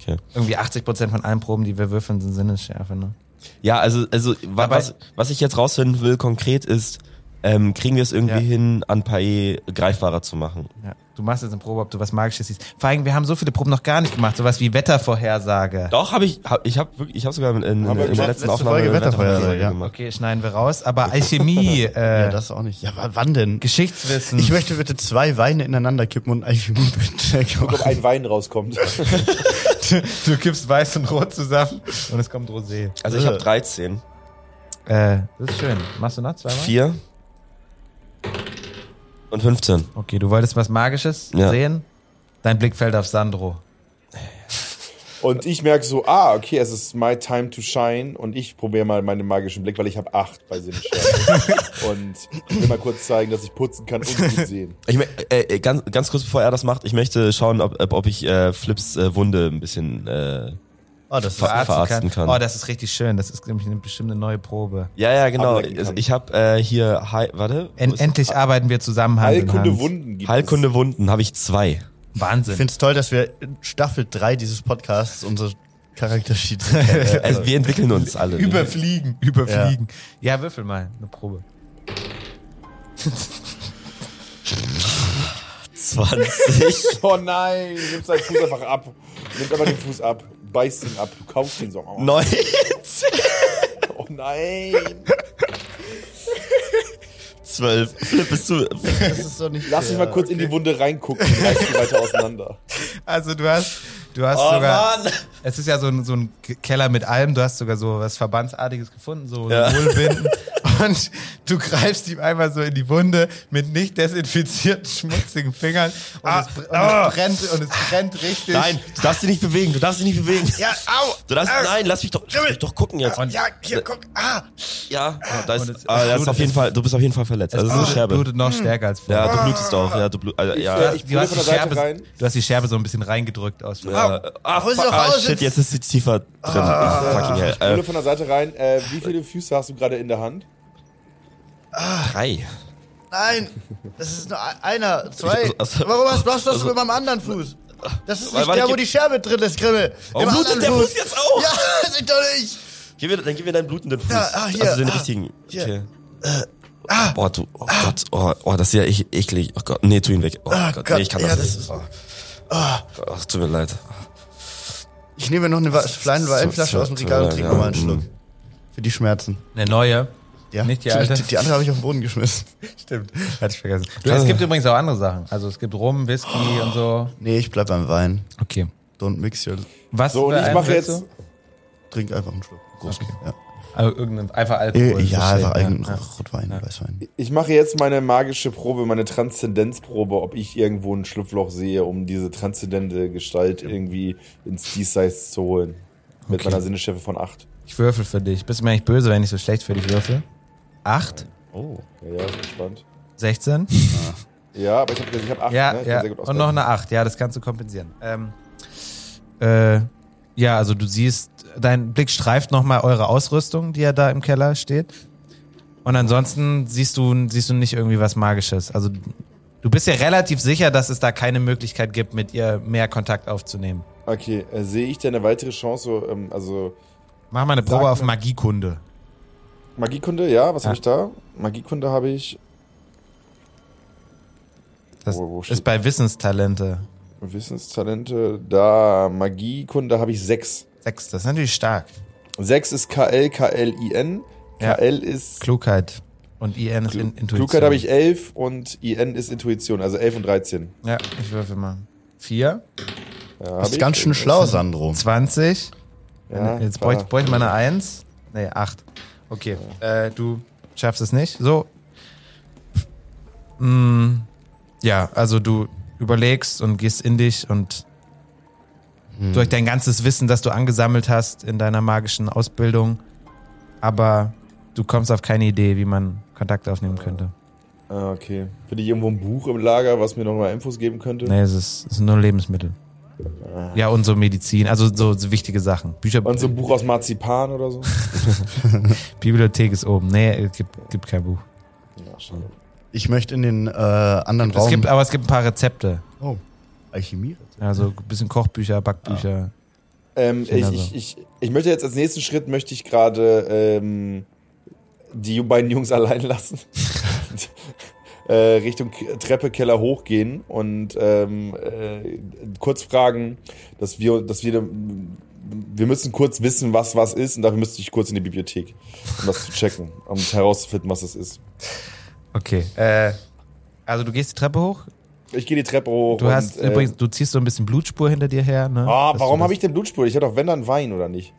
S4: Okay.
S3: Irgendwie 80% von allen Proben, die wir würfeln, sind Sinnesschärfe, ne?
S4: Ja, also, also wa-
S3: Dabei-
S4: was, was ich jetzt rausfinden will konkret ist, ähm, kriegen wir es irgendwie
S3: Ja.
S4: hin, an Pae greifbarer zu machen?
S3: Ja. Du machst jetzt eine Probe, ob du was Magisches siehst. Vor allem, wir haben so viele Proben noch gar nicht gemacht. Sowas wie Wettervorhersage.
S4: Doch, habe ich, hab, ich habe wirklich, ich habe sogar in, in,
S5: Haben wir
S4: in der
S5: gemacht,
S4: letzten
S2: letzte
S4: Aufnahme
S2: Folge
S4: eine
S2: Wettervorhersage, ja.
S4: gemacht.
S3: Okay, schneiden wir raus. Aber Alchemie, äh,
S2: Ja, das auch nicht. Ja, aber wann denn?
S3: Geschichtswissen.
S2: Ich möchte bitte zwei Weine ineinander kippen und eigentlich bitte.
S4: Oh,
S5: Ob ein Wein rauskommt.
S3: du kippst weiß und rot zusammen und es kommt Rosé.
S4: Also ich habe 13,
S3: Äh, das ist schön. Machst du noch zweimal?
S4: 4 und 15.
S3: Okay, du wolltest was Magisches
S4: Ja.
S3: sehen? Dein Blick fällt auf Sandro.
S5: Und ich merke so, ah, okay, es ist my time to shine und ich probiere mal meinen magischen Blick, weil ich habe acht bei Sinnenschärfe. und ich will mal kurz zeigen, dass ich putzen kann und gut sehen.
S4: Ich, mö- äh, äh, ganz, ganz kurz bevor er das macht, ich möchte schauen, ob, ob, ob ich äh, Flips äh, Wunde ein bisschen... Äh,
S2: Oh, das ist
S4: Ver- verarzten kann.
S3: Oh, das ist richtig schön. Das ist nämlich eine bestimmte neue Probe.
S4: ja, ja, genau.
S5: Ablecken kann.
S4: Ich habe äh, hier... Hi, warte. wo
S3: En
S4: ist-
S3: endlich arbeiten wir zusammen. Hand in
S5: Heilkunde
S3: Hand.
S5: Wunden gibt
S4: Heilkunde Wunden habe ich zwei.
S2: Ich
S3: Wahnsinn.
S2: finde es toll, dass wir in Staffel 3 dieses Podcasts unsere Charaktersheets kennen.
S4: Also, wir entwickeln uns alle.
S3: Überfliegen. Überfliegen. Ja. würfel mal eine Probe.
S4: 20.
S5: es. Oh nein, nimmst deinen Fuß einfach ab. Nimm einfach den Fuß ab, beißt ihn ab, du kaufst ihn so. Oh,
S4: 19.
S5: oh nein.
S4: 12. Flip ist zu.
S2: Das ist doch nicht
S5: Lass mich mal kurz in die Wunde reingucken und reiß die weiter auseinander.
S3: Also du hast, du hast
S4: Oh,
S3: sogar, es ist ja so ein, so ein K- Keller mit allem, du hast sogar so was Verbandsartiges gefunden, so
S4: Ja.
S3: Wohlbinden und du greifst ihm einmal so in die Wunde mit nicht desinfizierten, schmutzigen Fingern und, es, br- und es brennt, und es brennt richtig.
S4: Nein, du darfst dich nicht bewegen, du darfst dich nicht bewegen.
S3: Ja, au!
S4: Du darfst, nein, lass mich doch, lass mich doch gucken jetzt.
S3: Und, ja, hier, guck, ah!
S4: Ja, da
S3: Und
S4: ist,
S3: es-
S4: ah, das ist auf
S3: blutet-
S4: jeden Fall, du bist auf jeden Fall verletzt. Also, das ist eine
S3: blutet,
S4: Scherbe.
S3: blutet noch stärker als vorher.
S4: Ja, du blutest auch. Ja, du blutest. Also, ja.
S5: Ich bin von der Seite rein.
S3: du hast die Scherbe so ein bisschen reingedrückt aus.
S4: ja. Ah,
S2: Hol sie doch
S4: ah,
S2: raus
S4: shit,
S2: jetzt.
S4: jetzt ist sie tiefer drin. Fucking hell.
S5: Hole
S4: Äh,
S5: von der Seite rein. Äh, wie viele Füße hast du gerade in der Hand?
S4: drei.
S2: Nein, das ist nur ein- einer, zwei.
S4: Ich- also-
S2: Warum hast, was hast du
S4: also-
S2: mit meinem anderen Fuß? Das ist
S4: Weil-
S2: nicht
S4: weil
S2: der,
S4: ich-
S2: wo die Scherbe drin ist, Grimmel.
S4: Warum
S2: Im
S4: blutet
S2: anderen
S4: der Fuß jetzt auch?
S2: Ja, das ist doch nicht.
S4: Gib mir, dann gib mir deinen blutenden Fuß.
S2: Da, ah, hier,
S4: also den
S2: ah,
S4: richtigen.
S2: hier. Äh, ah,
S4: Okay. Boah, du, oh Gott, oh, oh, das ist ja echt eklig. Oh Gott, nee, tu ihn weg. Oh, Gott,
S2: Ah, Gott,
S4: nee, ich kann
S2: ja,
S4: das
S2: das
S4: nicht.
S2: ist- Ah.
S4: oh. Oh, tut mir leid.
S2: Ich nehme noch eine Wa- kleine Weinflasche
S4: so-
S2: aus dem Regal und
S4: so-
S2: trinke
S4: ja,
S2: mal einen Schluck.
S4: mm.
S2: Für die Schmerzen.
S3: Eine neue.
S2: Ja.
S3: Nicht die alte.
S2: Die, die andere habe ich auf den Boden geschmissen.
S3: Stimmt, hatte ich vergessen. Du, es gibt übrigens auch andere Sachen. Also es gibt Rum, Whisky und so.
S2: Nee, ich bleib beim Wein.
S3: Okay.
S2: Don't mix your...
S3: Was
S5: So, und
S3: für
S5: ich
S3: einen
S5: mache
S3: willst
S5: jetzt.
S3: du?
S2: Trink einfach einen Schluck. Okay. Ja,
S3: Also irgendein, einfach Alkohol.
S2: Äh, ja
S3: verstehe.
S2: einfach einen
S3: Ja.
S2: Rotwein, Weißwein.
S5: Ich mache jetzt meine magische Probe, meine Transzendenzprobe, ob ich irgendwo ein Schlupfloch sehe, um diese transzendente Gestalt irgendwie ins Diesseits zu holen. Mit
S3: Okay.
S5: meiner Sinnesschärfe von 8.
S3: Ich würfel für dich. Bist du mir eigentlich böse, wenn ich so schlecht für dich würfel? Acht,
S5: Oh. Ja, ja, ist entspannt.
S3: 16.
S5: Ja, aber ich habe ich hab 8.
S3: Ja,
S5: ne? Ich
S3: ja.
S5: sehr gut
S3: Und noch eine acht. Ja, das kannst du kompensieren. Ähm, äh, ja, also du siehst, dein Blick streift nochmal eure Ausrüstung, die ja da im Keller steht. Und ansonsten siehst du, siehst du nicht irgendwie was Magisches. Also du bist ja relativ sicher, dass es da keine Möglichkeit gibt, mit ihr mehr Kontakt aufzunehmen.
S5: Okay, äh, sehe ich denn eine weitere Chance? Ähm, also
S3: Mach mal eine
S5: Sag
S3: Probe auf
S5: mir-
S3: Magiekunde.
S5: Magiekunde, ja, was
S3: Ja.
S5: habe ich da? Magiekunde habe ich.
S3: Das
S5: Wo- wo steht-
S3: ist bei Wissenstalente.
S5: Wissenstalente, da. Magiekunde habe ich 6.
S3: Sechs, das ist natürlich stark.
S5: 6 ist KL, KLIN.
S3: Ja.
S5: KL ist
S3: Klugheit. Und IN ist in Intuition.
S5: Klugheit habe ich 11 und IN ist Intuition, also 11 und 13.
S3: Ja, ich würfel mal. Vier,
S5: Ja,
S2: äh, Das ist ganz schön schlau, Sandro.
S3: 20.
S5: Ja,
S3: Jetzt bräuchte,
S5: war-
S3: bräuchte man eine Eins. Nee, acht. Okay, äh, du schaffst es nicht. So. Mm, ja, also du, überlegst und gehst in dich und
S5: Hm.
S3: durch dein ganzes Wissen, das du angesammelt hast in deiner magischen Ausbildung, aber du kommst auf keine Idee, wie man Kontakt aufnehmen könnte.
S5: Ah, okay. Finde ich irgendwo ein Buch im Lager, was mir nochmal Infos geben könnte?
S3: Nee, es ist, es sind nur Lebensmittel. Ja, und so Medizin, also so, so wichtige Sachen. Bücher,
S5: Ah. Und so ein Buch aus Marzipan oder so?
S3: Bibliothek ist oben. Nee, es gibt, gibt kein Buch.
S5: Ja, schade.
S2: Ich möchte in den äh, anderen
S3: Es
S2: Raum.
S3: gibt, aber es gibt ein paar Rezepte.
S2: oh, Alchemie.
S3: Also ein bisschen Kochbücher, Backbücher.
S5: Ähm, ich,
S3: Kinder
S5: ich, ich, ich möchte jetzt als nächsten Schritt möchte ich gerade ähm, die beiden Jungs allein lassen. äh, Richtung K- Treppe Keller hochgehen und ähm, äh, kurz fragen, dass wir, dass wir, wir müssen kurz wissen, was was ist und dafür müsste ich kurz in die Bibliothek, um das zu checken, um herauszufinden, was das ist.
S3: Okay. Äh, also du gehst die Treppe hoch.
S5: Ich gehe die Treppe hoch.
S3: Du hast
S5: und, äh,
S3: übrigens, ne? du ziehst so ein bisschen Blutspur hinter dir her. Ne?
S5: Ah, warum habe
S3: habe
S5: ich denn Blutspur? Ich hatte doch wenn dann Wein oder nicht?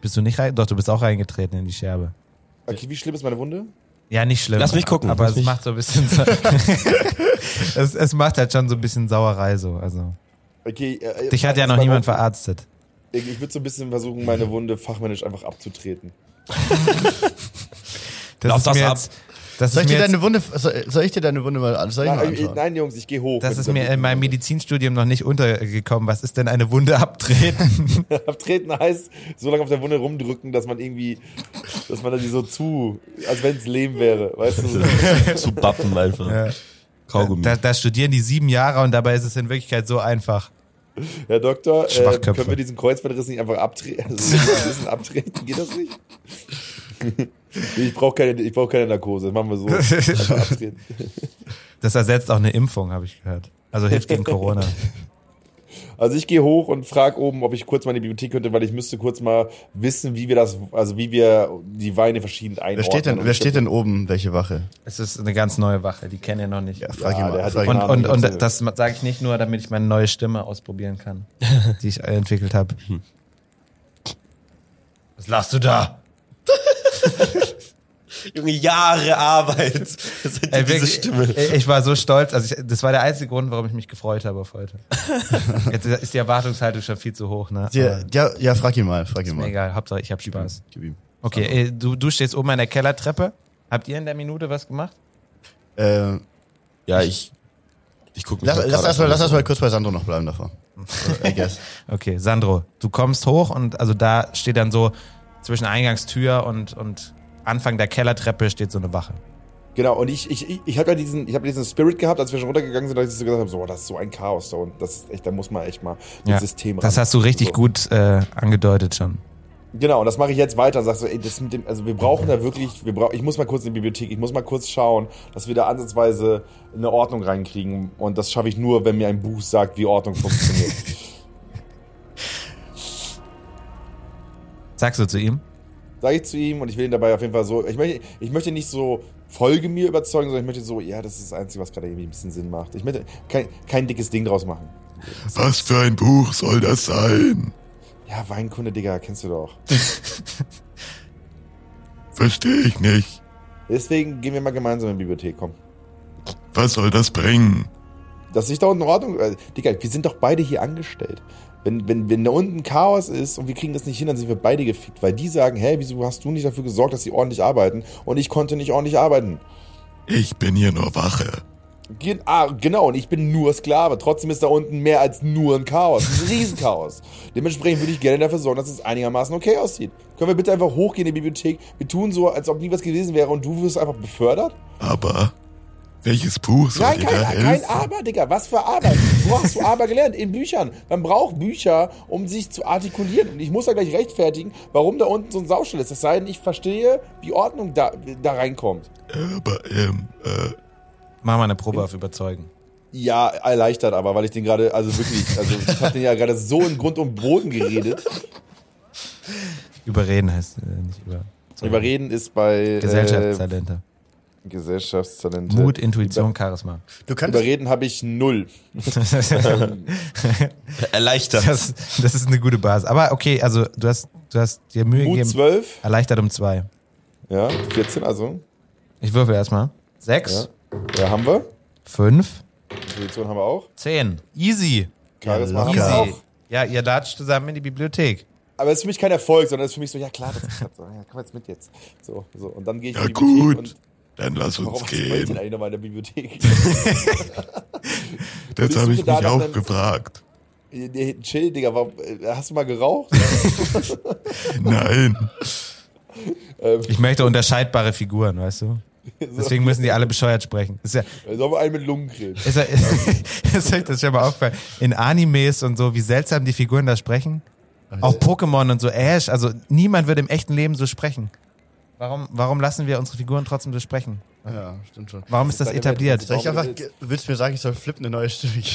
S3: Bist du nicht rein? Doch, du bist auch reingetreten in die Scherbe.
S5: Okay, wie schlimm ist meine Wunde?
S3: Ja, nicht schlimm.
S4: Lass mich gucken,
S3: Aber
S4: lass
S3: es
S4: mich-
S3: macht so ein bisschen. es, es macht halt schon so ein bisschen Sauerei so. Also.
S5: Okay, äh,
S3: Dich hat ja
S5: ist
S3: noch
S5: mein
S3: niemand
S5: Wund-
S3: verarztet.
S5: Ich, ich würde so ein bisschen versuchen, meine
S2: Mhm.
S5: Wunde fachmännisch einfach abzutreten.
S3: Das
S4: Lauf
S3: ist
S4: das
S3: mir
S4: ab.
S3: jetzt- Das
S2: Soll
S3: ist
S2: ich
S3: mir
S2: dir
S3: jetzt
S2: deine Wunde, soll soll ich dir deine Wunde mal, an- soll ich mal
S5: Nein, äh,
S2: anschauen?
S5: nein Jungs, ich gehe hoch.
S3: Das
S5: mit
S3: ist
S5: dieser
S3: mir in
S5: Wunde.
S3: meinem Medizinstudium noch nicht untergekommen. Was ist denn eine Wunde abtreten?
S5: Abtreten heißt, so lange auf der Wunde rumdrücken, dass man irgendwie, dass man da die so zu, als wenn es Lehm wäre, weißt du?
S4: Zu bappen einfach. Kaugummi.
S3: da, da studieren die sieben Jahre und dabei ist es in Wirklichkeit so einfach.
S5: Herr Doktor, äh,
S3: Schwachköpfe.
S5: können wir diesen Kreuzbandriss nicht einfach abtreten? Also, ein bisschen abtreten, geht das nicht? Ich brauche keine, ich brauch keine Narkose, das machen wir so. Einfach abtreten.
S3: Das ersetzt auch eine Impfung, habe ich gehört. Also hilft gegen Corona.
S5: Also ich gehe hoch und frage oben, ob ich kurz mal in die Bibliothek könnte, weil ich müsste kurz mal wissen, wie wir das, also wie wir die Weine verschieden einordnen.
S2: Wer steht denn,
S5: Und
S2: wer
S5: ich
S2: steht
S5: hab-
S2: denn oben, welche Wache?
S3: es ist eine ganz neue Wache, die kennen ihr noch nicht.
S2: Ja, frag
S5: Ja, Genau.
S2: ihn
S5: der
S2: mal.
S5: hat
S2: Frag ihn
S3: Und,
S5: den
S2: mal.
S5: Namen
S3: und, und
S5: dazu.
S3: das sage ich nicht nur, damit ich meine neue Stimme ausprobieren kann, die ich entwickelt habe. Was lachst du da?
S4: Junge, Jahre Arbeit. Seit
S3: Ey, wirklich, ey, ich war so stolz. Also ich, das war der einzige Grund, warum ich mich gefreut habe auf heute. Jetzt ist die Erwartungshaltung schon viel zu hoch. Ne?
S2: Ja, ja, ja, frag ihn mal, frag ihn
S3: Aber
S2: mal.
S3: egal, Hauptsache ich habe Spaß.
S2: Gib ihm.
S3: Okay, ey, du, du stehst oben an der Kellertreppe. Habt ihr in der Minute was gemacht?
S2: Äh,
S4: Ja, ich. Ich guck mich
S2: lass
S4: doch
S2: lass
S4: gerade
S2: erstmal
S4: an.
S2: lass erstmal kurz bei Sandro noch bleiben davor. I guess.
S3: Okay, Sandro, du kommst hoch und also da steht dann so zwischen Eingangstür und, und Anfang der Kellertreppe steht so eine Wache.
S5: Genau, und ich, ich, ich, ich habe ja diesen, ich hab diesen Spirit gehabt, als wir schon runtergegangen sind, dass ich so gesagt habe, so, das ist so ein Chaos da und das ist echt, da muss man echt mal das System
S3: das
S5: ran.
S3: hast du richtig
S5: so.
S3: gut äh, angedeutet schon.
S5: Genau, und das mache ich jetzt weiter und sag so, ey, das mit dem, also wir brauchen da wirklich, wir brauch, ich muss mal kurz in die Bibliothek, ich muss mal kurz schauen, dass wir da ansatzweise eine Ordnung reinkriegen und das schaffe ich nur, wenn mir ein Buch sagt, wie Ordnung funktioniert.
S3: Sagst du zu ihm?
S5: Sage ich zu ihm und ich will ihn dabei auf jeden Fall so, ich möchte, ich möchte nicht so Folge mir überzeugen, sondern ich möchte so, ja, das ist das Einzige, was gerade irgendwie ein bisschen Sinn macht. Ich möchte kein, kein dickes Ding draus machen.
S6: Was für ein Buch soll das sein?
S5: Ja, Weinkunde, Digga, kennst du doch.
S6: Verstehe ich nicht.
S5: Deswegen gehen wir mal gemeinsam in die Bibliothek, komm.
S6: Was soll das bringen?
S5: Das ist doch in Ordnung. Äh, Digga, wir sind doch beide hier angestellt. Wenn, wenn, wenn da unten Chaos ist und wir kriegen das nicht hin, dann sind wir beide gefickt, weil die sagen, hey, wieso hast du nicht dafür gesorgt, dass sie ordentlich arbeiten und ich konnte nicht ordentlich arbeiten.
S6: Ich bin hier nur Wache.
S5: Gen ah, genau, und ich bin nur Sklave. Trotzdem ist da unten mehr als nur ein Chaos. Ein Riesenchaos. Dementsprechend würde ich gerne dafür sorgen, dass es einigermaßen okay aussieht. Können wir bitte einfach hochgehen in die Bibliothek? Wir tun so, als ob nie was gewesen wäre und du wirst einfach befördert?
S6: Aber welches Buch soll
S5: Nein,
S6: dir da
S5: kein, kein
S6: helfen?
S5: Aber, Digga. Was für Aber? Wo hast du Aber gelernt? In Büchern. Man braucht Bücher, um sich zu artikulieren. Und ich muss da gleich rechtfertigen, warum da unten so ein Saustall ist. Es sei denn, ich verstehe, wie Ordnung da, da reinkommt.
S6: Aber ähm, äh,
S3: Mach mal eine Probe auf Überzeugen.
S5: Ja, erleichtert aber, weil ich den gerade, also wirklich, also ich hab den ja gerade so in Grund und Boden geredet.
S3: Überreden heißt äh, nicht über.
S5: Überreden äh, ist bei
S3: Gesellschaftstalente.
S5: Äh, Gesellschaftstalente.
S3: Mut, Intuition, Charisma.
S2: Du könntest,
S5: Überreden habe ich null.
S4: Erleichtert.
S3: Das, das ist eine gute Basis. Aber okay, also du hast, du hast dir Mühe
S5: Mut
S3: gegeben.
S5: 12.
S3: Erleichtert um zwei.
S5: Ja, 14 also.
S3: Ich würfel erstmal. Sechs,
S5: Ja, haben wir.
S3: fünf,
S5: Intuition haben wir auch.
S3: Zehn. Easy.
S5: Charisma haben
S3: Easy.
S5: wir auch.
S3: Ja, ihr latscht zusammen in die Bibliothek.
S5: Aber es ist für mich kein Erfolg, sondern es ist für mich so, ja klar, das klappt. So, ja, komm jetzt mit jetzt. So, so. Und dann gehe ich
S6: Ja,
S5: in die Bibliothek
S6: gut.
S5: und
S6: Dann lass uns
S5: warum was wollte ich denn
S6: gehen.
S5: eigentlich nochmal in der Bibliothek?
S6: Das
S5: bist du
S6: habe ich
S5: da
S6: mich
S5: nach
S6: auch
S5: einem-
S6: gefragt.
S5: nee, chill, Digga, warum, äh, hast du mal geraucht?
S6: Äh, Nein.
S5: ähm,
S3: Ich möchte unterscheidbare Figuren, weißt du? Deswegen müssen die alle bescheuert sprechen. Ist ja,
S5: sollen wir einen mit Lungenkrebs?
S3: ist ja, ist euch das schon mal aufgefallen? In Animes und so, wie seltsam die Figuren da sprechen.
S5: Also
S3: Auch Pokémon und so, Ash, also niemand würde im echten Leben so sprechen. Warum, warum lassen wir unsere Figuren trotzdem so sprechen?
S2: Ja, stimmt schon.
S3: Warum ist das
S5: Bei der
S3: etabliert?
S5: Welt-
S2: Soll ich einfach, ge- willst du mir sagen, ich soll Flip eine neue Stimme geben?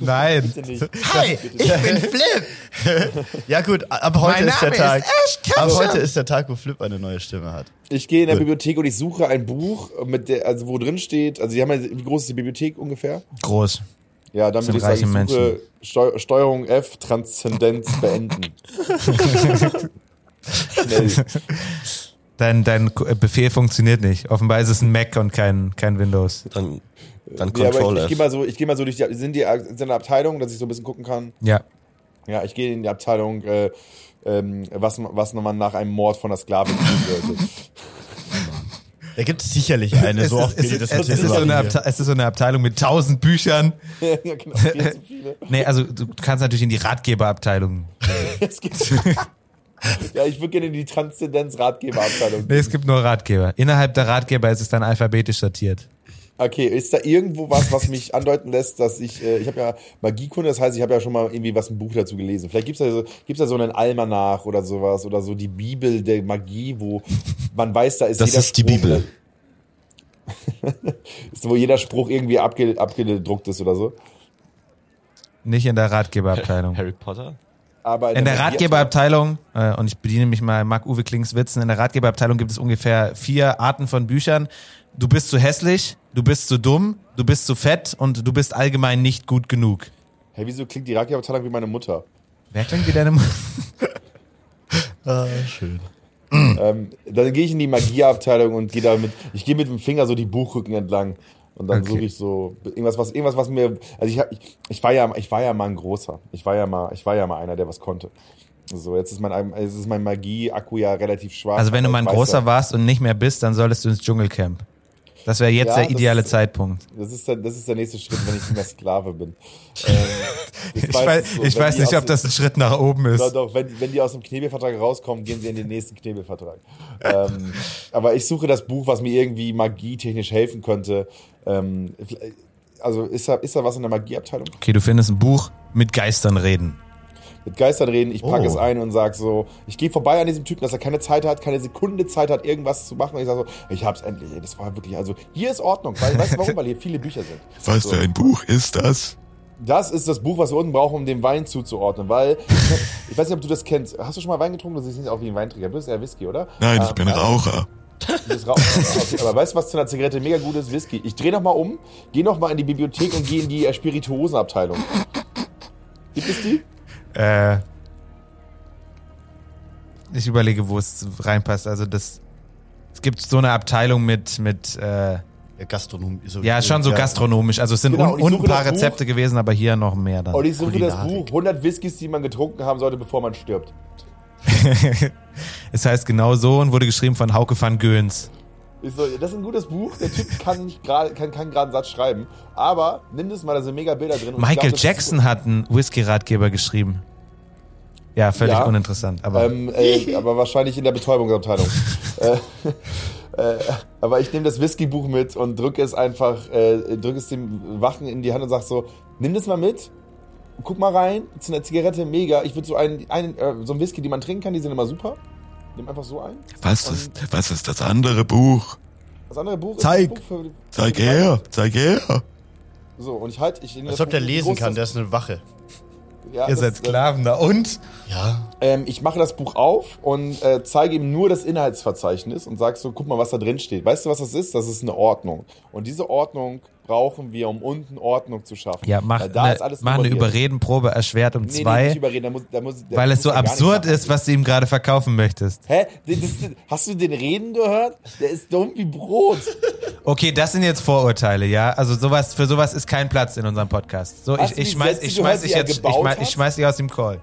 S3: Nein.
S5: Bitte nicht.
S2: Hi, ich bin Flip! ja gut, ab heute
S3: mein
S2: ist der
S3: Name
S2: Tag.
S3: ist Ash
S2: ab heute
S3: Ketchum.
S2: ist der Tag, wo Flip eine neue Stimme hat.
S5: Ich gehe in der Bibliothek und ich suche ein Buch, mit der, also wo drin steht, also die haben ja, wie groß ist die Bibliothek ungefähr?
S3: Groß.
S5: Ja, dann
S3: Sind
S5: würde ich sagen, ich
S3: reiche
S5: suche Steu Steuerung F, Transzendenz beenden. Schnell.
S3: Dein, dein K- äh, Befehl funktioniert nicht. Offenbar ist es ein Mac und kein, kein Windows.
S4: Dann, dann
S5: Nee, aber ich,
S4: Control
S5: ich gehe
S4: F.
S5: mal so, ich gehe mal so durch die, sind die sind eine Abteilung, dass ich so ein bisschen gucken kann.
S3: Ja.
S5: Ja, ich gehe in die Abteilung, äh, ähm, was, was nochmal nach einem Mord von der Sklavin tun sollte.
S2: Da gibt es sicherlich eine, so oft
S3: es,
S2: wie die
S3: ist,
S2: das
S3: es, ist so eine Abte- es ist so eine Abteilung mit tausend Büchern.
S5: ja, genau, viel zu viele.
S3: Nee, also du kannst natürlich in die Ratgeberabteilung.
S5: Es gibt- ja, ich würde gerne in die Transzendenz-Ratgeberabteilung.
S3: Nee, es gibt nur Ratgeber. Innerhalb der Ratgeber ist es dann alphabetisch sortiert.
S5: Okay, ist da irgendwo was, was mich andeuten lässt, dass ich, äh, ich habe ja Magiekunde, das heißt, ich habe ja schon mal irgendwie was ein Buch dazu gelesen. Vielleicht gibt's da so, gibt's da so einen Almanach oder sowas oder so die Bibel der Magie, wo man weiß, da ist
S4: Das
S5: jeder
S4: ist die
S5: Spruch-
S4: Bibel.
S5: Ist, wo jeder Spruch irgendwie abge, abgedruckt ist oder so.
S3: Nicht in der Ratgeberabteilung.
S4: Harry Potter?
S5: Aber
S3: In der
S5: Magie-
S3: Ratgeberabteilung, äh, und ich bediene mich mal Marc-Uwe Klings Witzen, in der Ratgeberabteilung gibt es ungefähr vier Arten von Büchern. Du bist zu hässlich, du bist zu dumm, du bist zu fett und du bist allgemein nicht gut genug.
S5: Hey, wieso klingt die Ratgeberabteilung wie meine Mutter?
S3: Wer klingt wie deine Mutter?
S2: Ah, schön.
S5: Ähm, dann gehe ich in die Magieabteilung und gehe damit, ich gehe mit dem Finger so die Buchrücken entlang und dann
S3: Okay.
S5: suche ich so irgendwas, was irgendwas, was mir, also ich, hab- ich, ich war ja, ich war ja mal ein großer, ich war ja mal, ich war ja mal einer, der was konnte. So, jetzt ist mein, jetzt ist mein Magie-Akku ja relativ schwach.
S3: Also wenn du
S5: aber
S3: mal ein
S5: ich weiß
S3: großer
S5: ja,
S3: warst und nicht mehr bist, dann solltest du ins Dschungelcamp. Das wäre jetzt
S5: Ja,
S3: der
S5: das
S3: ideale
S5: ist-
S3: Zeitpunkt.
S5: Das ist, der, das ist der nächste Schritt, wenn ich nicht mehr Sklave bin. Ähm, das
S3: Ich
S5: meistens
S3: weiß,
S5: so,
S3: ich
S5: wenn
S3: weiß
S5: die
S3: nicht,
S5: aus-
S3: ob das ein Schritt nach oben
S5: Doch,
S3: ist.
S5: doch, wenn, wenn die aus dem Knebelvertrag rauskommen, gehen sie in den nächsten Knebelvertrag. ähm, aber ich suche das Buch, was mir irgendwie magietechnisch helfen könnte. Ähm, vielleicht- also ist da, ist da was in der Magieabteilung?
S3: Okay, du findest ein Buch mit Geistern reden.
S5: Mit Geistern reden, ich packe
S2: Oh.
S5: es ein und sag so, ich gehe vorbei an diesem Typen, dass er keine Zeit hat, keine Sekunde Zeit hat, irgendwas zu machen. Und ich sage so, ich hab's endlich, ey, das war wirklich, also hier ist Ordnung. Weil, weißt du warum? Weil hier viele Bücher sind.
S6: Was
S5: So.
S6: für ein Buch ist das?
S5: Das ist das Buch, was wir unten brauchen, um den Wein zuzuordnen, weil ich weiß nicht, ob du das kennst. Hast du schon mal Wein getrunken? Du siehst nicht auch wie ein Weinträger. Du bist eher Whisky, oder?
S6: Nein,
S5: Ähm,
S6: ich bin Raucher.
S5: Das Rauch. Okay, aber weißt du, was zu einer Zigarette mega gut ist? Whisky. Ich drehe nochmal um, gehe nochmal in die Bibliothek und gehe in die äh, Spirituosenabteilung. Gibt es die?
S3: Äh, ich überlege, wo es reinpasst. Also das, es gibt so eine Abteilung mit, mit äh,
S2: Ja, Gastronom. So
S3: ja schon so gastronomisch. Also es sind
S5: Genau,
S3: un,
S5: ich suche
S3: un paar
S5: das Buch.
S3: Rezepte gewesen, aber hier noch mehr dann.
S5: Und ich suche das
S2: Kulinarik.
S5: Buch 100 Whiskys, die man getrunken haben sollte, bevor man stirbt.
S3: es heißt genau so und wurde geschrieben von Hauke van Göns.
S5: Ich so, das ist ein gutes Buch. Der Typ kann nicht gerade kann keinen geraden Satz schreiben. Aber nimm das mal, da sind mega Bilder drin. Und ich
S3: Michael
S5: glaub, das-
S3: Jackson hat einen Whisky-Ratgeber geschrieben. Ja, völlig
S5: Ja.
S3: uninteressant. Aber
S5: Ähm, äh, aber wahrscheinlich in der Betäubungsabteilung. äh, äh, aber ich nehme das Whiskybuch mit und drücke es einfach, äh, drücke es dem Wachen in die Hand und sag so, nimm das mal mit, guck mal rein, zu einer Zigarette, mega. Ich würde so einen, einen äh, so einen Whisky, den man trinken kann, die sind immer super. Nimm einfach so einen.
S6: Was ist, was ist das andere Buch?
S5: Das andere Buch
S2: Zeig.
S5: ist das Buch für,
S6: Zeig her, zeig her.
S5: So, und ich halt, ich nehme
S2: Als
S5: das
S2: ob der
S5: Buch-
S2: lesen
S5: groß-
S2: kann, der ist eine Wache.
S3: ihr
S5: ja, das- äh,
S3: seid
S5: das-
S3: Sklaven da. Und?
S2: Ja.
S5: Ähm, ich mache das Buch auf und äh, zeige ihm nur das Inhaltsverzeichnis und sag so, guck mal, was da drin steht. Weißt du, was das ist? Das ist eine Ordnung. Und diese Ordnung brauchen wir, um unten Ordnung zu schaffen.
S3: Ja, mach,
S5: Weil da
S3: ne,
S5: ist alles
S3: mach eine
S5: nummeriert.
S3: Überredenprobe erschwert um
S5: Nee, nee,
S3: zwei,
S5: nicht überreden, da muss, da muss, da
S3: weil es
S5: muss
S3: so
S5: er gar nicht
S3: absurd
S5: machen.
S3: ist, was du ihm gerade verkaufen möchtest.
S5: Hä? Das, das, hast du den reden gehört? Der ist dumm wie Brot.
S3: Okay, das sind jetzt Vorurteile, ja. Also sowas, für sowas ist kein Platz in unserem Podcast. So,
S5: Hast
S3: ich,
S5: du
S3: ich
S5: die
S3: schmeiß,
S5: Sätze
S3: ich
S5: gehört,
S3: schmeiß dich
S5: die er
S3: jetzt, ich
S5: gebaut
S3: schmeiß,
S5: hat?
S3: ich schmeiß dich aus dem Call.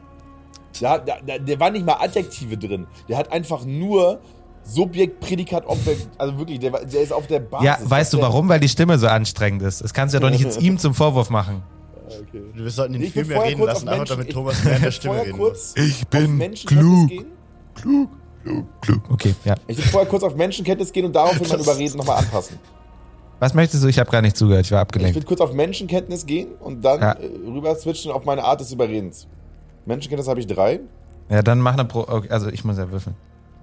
S5: Da, da, da, der waren nicht mal Adjektive drin. Der hat einfach nur Subjekt, Prädikat, Objekt. Also wirklich, der, war- der ist auf der Basis.
S3: ja, weißt du
S5: der,
S3: warum? Weil die Stimme so anstrengend ist. Das kannst du ja doch nicht jetzt ihm zum Vorwurf machen.
S5: Okay.
S2: Wir sollten ihn
S5: Ich
S2: viel
S5: bin
S2: mehr
S5: vorher
S2: reden
S5: kurz
S2: lassen,
S5: auf
S2: einfach damit
S5: Menschen-
S2: Thomas mehr in der Stimme
S5: Vorher
S2: reden muss.
S5: kurz
S6: Ich
S5: auf
S6: bin
S5: Menschenkenntnis
S6: klug.
S5: gehen.
S3: Okay, ja.
S5: Ich will vorher kurz auf Menschenkenntnis gehen und daraufhin mein Überreden nochmal anpassen.
S3: Was möchtest du? Ich habe gar nicht zugehört, ich war
S5: Ich
S3: abgelenkt.
S5: will kurz auf Menschenkenntnis gehen und dann
S3: Ja.
S5: äh, rüber switchen auf meine Art des Überredens. Menschenkenntnis habe ich drei.
S3: Ja, dann mach eine Pro okay, also ich muss ja würfeln.